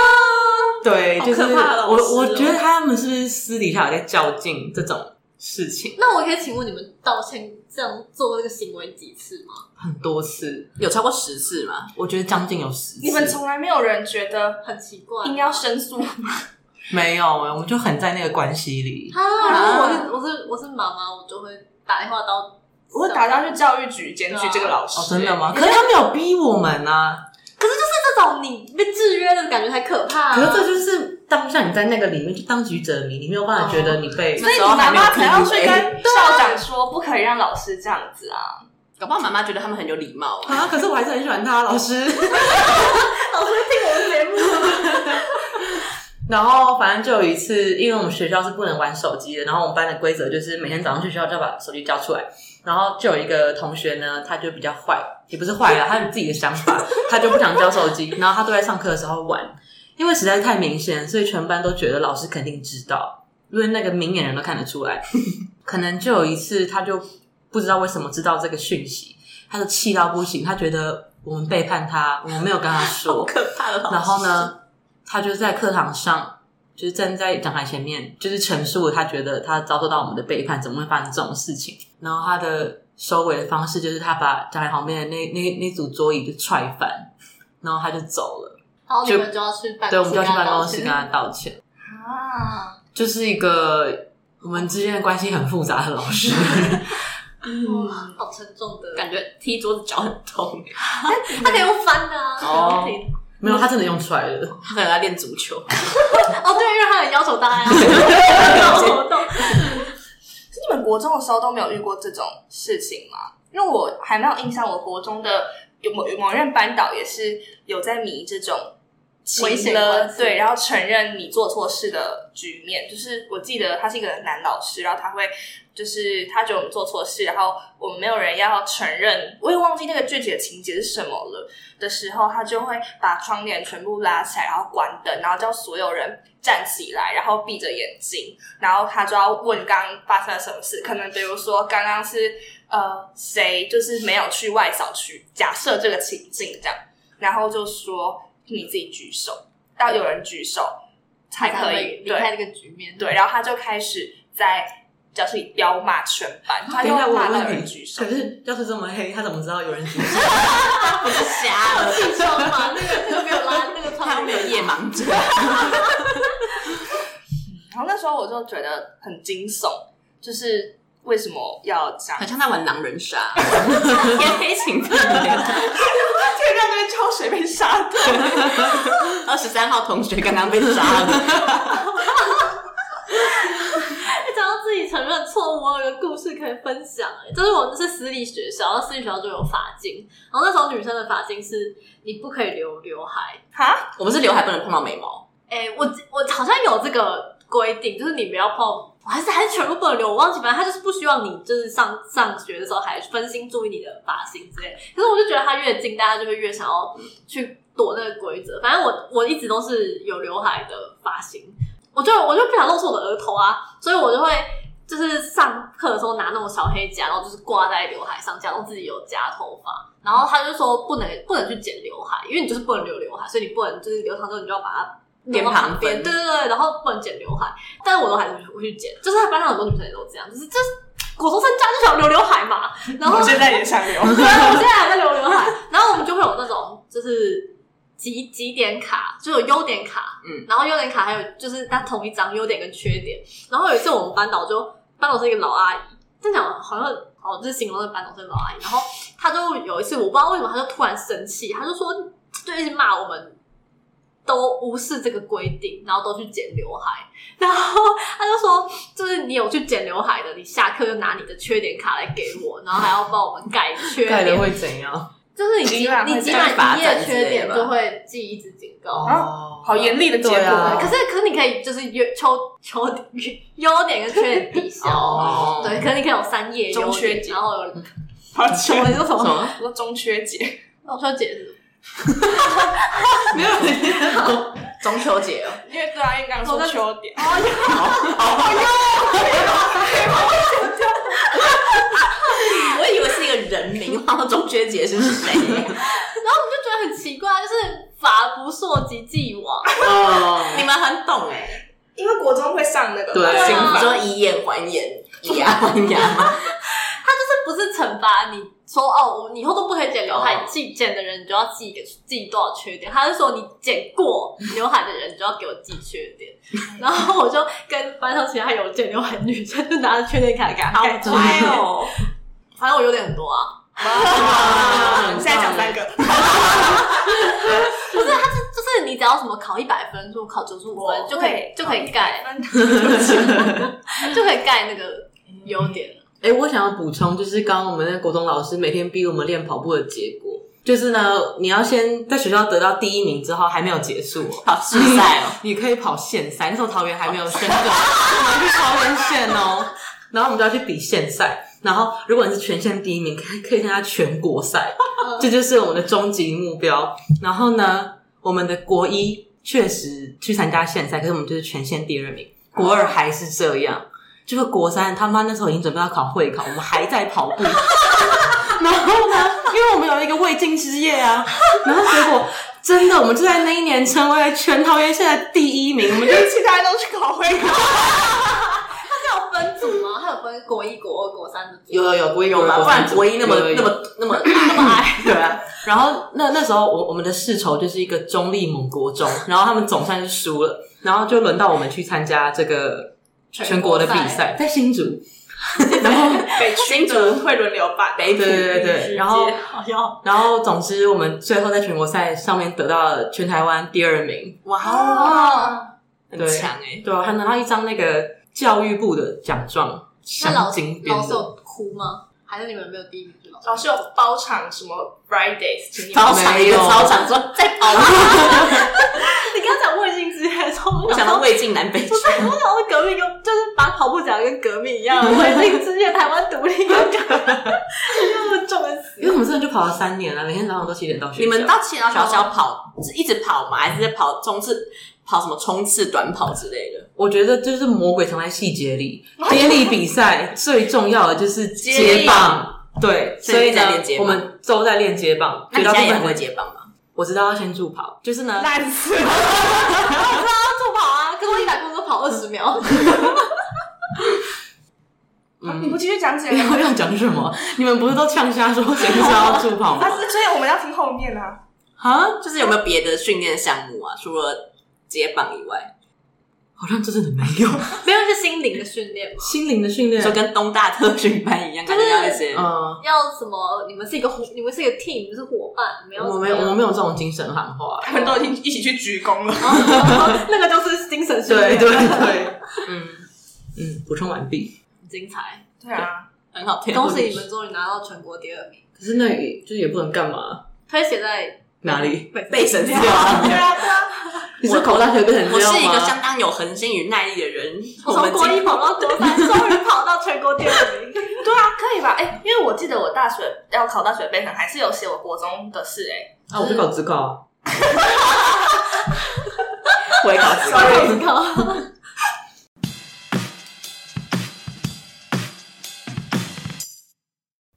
对，
好
就是
可怕的老师
我，
哦
我觉得他们是不是私底下有在较劲这种事情
那我可以请问你们道歉这样做这个行为几次吗？
很多次？
有超过十次吗？
我觉得将近有十次。
你们从来没有人觉得
很
啊
奇怪，
应该要申诉吗？ <laughs>
没有、我们就很在那个关系里。
啊！然后我是我是我是妈妈，我就会打电话到
我会打电话去教育局检举这个老师、
哦，真的？吗？可是他没有逼我们啊。
这种你被制约的感觉才可怕、啊。
可是这就是当下你在那个里面，就当局者迷，你没有办法觉得你被。
所以你妈妈才要去跟啊校长说，不可以让老师这样子啊！
搞不好妈妈觉得他们很有礼貌、啊。
啊！可是我还是很喜欢他，老师。
老师听我的节目，
然后反正就有一次，因为我们学校是不能玩手机的，然后我们班的规则就是每天早上去学校就要把手机交出来。然后就有一个同学呢，他就比较坏，也不是坏啊啦，他有自己的想法，他就不想交手机，然后他都在上课的时候玩，因为实在太明显，所以全班都觉得老师肯定知道，因为那个明眼人都看得出来。 <laughs> 可能就有一次，他就不知道为什么知道这个讯息，他就气到不行，他觉得我们背叛他，我们没有跟他说，
可怕哦的老师。
然后呢，他就在课堂上，就是站在讲台前面，就是陈述他觉得他遭受到我们的背叛，怎么会发生这种事情？然后他的收尾的方式就是他把讲台旁边的那那那组桌椅就踹翻，然后他就走了。
然后你们就要去办
对，
公
我
室
们就要去
跟他
办
道
公室
歉
跟他道歉，
啊。
就是一个我们之间的关系很复杂的老
<laughs>
师。
嗯，好沉重的，
感觉踢桌子脚很痛，
他可以用翻的啊。
哦
可以
没有，他真的用踹了。
他可能在练足球。
<laughs> 哦，对，因为他有要求
<laughs>
大家要求活动，
是你们国中的时候都没有遇过这种事情吗？因为我还没有印象，我国中的有某某任班导也是有在迷这种
危险
了
关系
对，然后承认你做错事的局面。就是我记得他是一个男老师，然后他会就是他觉得我们做错事，然后我们没有人要承认，我也忘记那个具体的情节是什么了的时候，他就会把窗帘全部拉起来，然后关灯，然后叫所有人站起来，然后闭着眼睛。然后他就要问刚刚发生了什么事，可能比如说刚刚是呃谁就是没有去外扫区，假设这个情境这样，然后就说你自己举手，到有人举手才可以
离
对
开这个局面。
对，然后他就开始在教室里彪骂全班， <laughs> 他
哦等一
就
下，我
骂
有
到有
问
人
题
举。手
可，是要是这么黑，他怎么知道有人举手？ <laughs>
他不是瞎了，
气窗嘛，那个那个没有拉，那个窗
他没有夜盲症。
然后那时候我就觉得很惊悚，就是为什么要这样
很？像在玩狼人杀，天黑请闭眼。
可以让那个浇水被杀掉。
二十三号同学刚刚被杀了，
讲到自己承认错误，我有一个故事可以分享、欸。就是我们是私立学校，然后私立学校就有发巾，然后那时候女生的发巾是你不可以留刘海。
哈，
我们是刘海不能碰到眉毛，
哎、我我好像有这个规定，就是你不要碰，还是还是全部不能留，我忘记，反正他就是不希望你就是上上学的时候还分心注意你的发型之类的。可是我就觉得他越近，大家就会越想要去躲那个规则。反正我我一直都是有刘海的发型，我就我就不想露出我的额头啊，所以我就会。就是上课的时候拿那种小黑夹，然后就是挂在刘海上，假装自己有夹头发。然后他就说不能不能去剪刘海，因为你就是不能留刘海，所以你不能就是留长之后你就要把它
编
弄到
旁
旁
分
边，对对对，然后不能剪刘海。但是我都还是会去剪，就是他班上很多女生也都这样，就是就是国中生家就想留刘海嘛，然后
我现在也想留。
对，我现在还在留刘海， <laughs> 然后我们就会有那种就是几几点卡，就有优点卡，
嗯，
然后优点卡还有就是它同一张优点跟缺点，然后有一次我们班导就班导是一个老阿姨，这样讲好像哦，就是形容那个班导是老阿姨，然后她就有一次我不知道为什么她就突然生气，她就说就一直骂我们。都无视这个规定，然后都去剪刘海，然后她就说，就是你有去剪刘海的，你下课就拿你的缺点卡来给我，然后还要帮我们改缺
盖的
点，
会怎样？
就是你
集
集
满
你
会这
集
样
满
罚
一页
站之
缺
类
点
吧
就会记一次警告。
哦，
好严厉的结果
对啊
可是，可是你可以就是优求求 <laughs>
哦
优点跟缺点抵消，
哦
对，可是你可以有三页优
中缺
点，
点
然后有
抱歉，
你说什
什？么？
我说中缺姐，
我说解释，
没有人听得懂。
中秋节哦，
因为对啊，因为刚刚说缺点，
我以为是一个人名，然后中秋节是谁？
然后我们就觉得很奇怪，就是法不溯及既往，
哦 <laughs>
你们很懂哎，
因为国中会上那个
对
吧
新
刑
法
你
法，
说以眼还眼，以牙还牙吗？
这不是惩罚你说哦，我们以后都不可以剪刘海，
哦
记剪的人你就要记一个记多少缺点。他是说你剪过刘海的人，你就要给我记缺
<laughs>
点。然后我就跟班上其他有剪刘海的女生就拿着缺点卡给她
<laughs> 好
改
乖
哎 <laughs>
哦！
反正我优点很多啊，
哇
现在讲三个，
不是，他是就是你只要什么考一百分，就考九十五分就可以就可以盖，就可以盖 <laughs> 那个优 <laughs> 点了。
哎、我想要补充，就是刚刚我们那个国中老师每天逼我们练跑步的结果，就是呢，你要先在学校得到第一名之后，还没有结束、哦。
好失赛哦，
你可以跑县赛，那时候桃园还没有宣告，我们去桃园县哦。然后我们就要去比县赛，然后如果你是全县第一名，可以可以参加全国赛，这就是我们的终极目标。然后呢，我们的国一确实去参加县赛，可是我们就是全县第二名，国二还是这样。结果国三他妈那时候已经准备要考会考，我们还在跑步。 <laughs> 然后呢，因为我们有一个未竟之夜啊，然后结果真的，我们就在那一年成为全桃园现在第一名，我们
因
就
为其他人都去考会考，
他有分组吗？他有分国一、国二、国三的组？
有有有国一 <laughs>
有吗？不然国一那么那么那么那么矮，
对啊。然后那那时候我我们的世仇就是一个中立某国中，然后他们总算是输了，然后就轮到我们去参加这个全国的比赛，在新竹。 <laughs> 然后
北区的会轮流办，
<laughs>
北
对对对
直
对，
接
然后
好像
然后总之我们最后在全国赛上面得到了全台湾第二名，
哇哦，
哦，
很
对
强哎，
对啊，还拿到一张那个教育部的奖状，
那老
镶
师
金边
老师
的。
有哭吗？还是你们没有第一名就老师？
老师有包场什么 Fridays 纪念
操场一个操场说在跑吗，
你刚讲未竟之夜的时候，
<laughs> 我想到魏晋南北
不是，我想到革命跟就是把跑步讲得跟革命一 <laughs> 样，未竟之夜台湾独立跟 <laughs> 革命，那么重的死
因为我们真的就跑了三年了，每天早上都七点到学校。
你们到七点到学校是要跑，是一直跑吗？还是在跑冲刺？跑什么冲刺短跑之类的？
我觉得就是魔鬼藏在细节里。接力比赛最重要的就是
接
接
力
棒，对，
所
所以
以你
呢
在练接，
我
棒
们都在练接棒。
那你
绝大
现
部分
在也不会
人
接棒吗？
我知道要先助跑，就是呢，
烂死，
助跑啊，跟我一百公都跑二十 <laughs> 秒，
你不继续讲解
然
吗？
后要 <laughs> 讲什么？你们不是都呛瞎说谁不知道要助跑
<laughs> 他
吗？
是，所以我们要听后面啊。
啊，
就是有没有别的训练项目啊？除了接棒以外，
好像真的没有。
没有是心灵的训练吗？
心灵的训练
就，跟东大特训班一样，感觉要一些
啊嗯，
要什么？你们是一个伙，你们是一个 team，你们是伙伴，你们要
我们没有，我们没
有，
有这种精神喊话。
他们都已经一起去鞠躬了。
<laughs> 那个就是精神训
对
练，
对对，
嗯，
嗯，补充完毕。
很精彩。
<laughs> 对啊，
很好听。
恭喜你们终于拿到全国第二名，
可是那也就是也不能干嘛，
可以写在
哪里？
被
<laughs>
神
对
掉了。
啊对啊，
你说口袋可以变成
我
这样
是一个
啊吗？
相当有恒心与耐力的人。
我
们
从国一
今 <laughs>
跑到国三，终于跑到全国第二
<laughs>
名。
对啊，可以吧？哎、因为我记得我大学要考大学备审，还是有写我国中的事哎、
啊，我是搞职考啊。
<laughs> 我也搞死
<laughs>
了。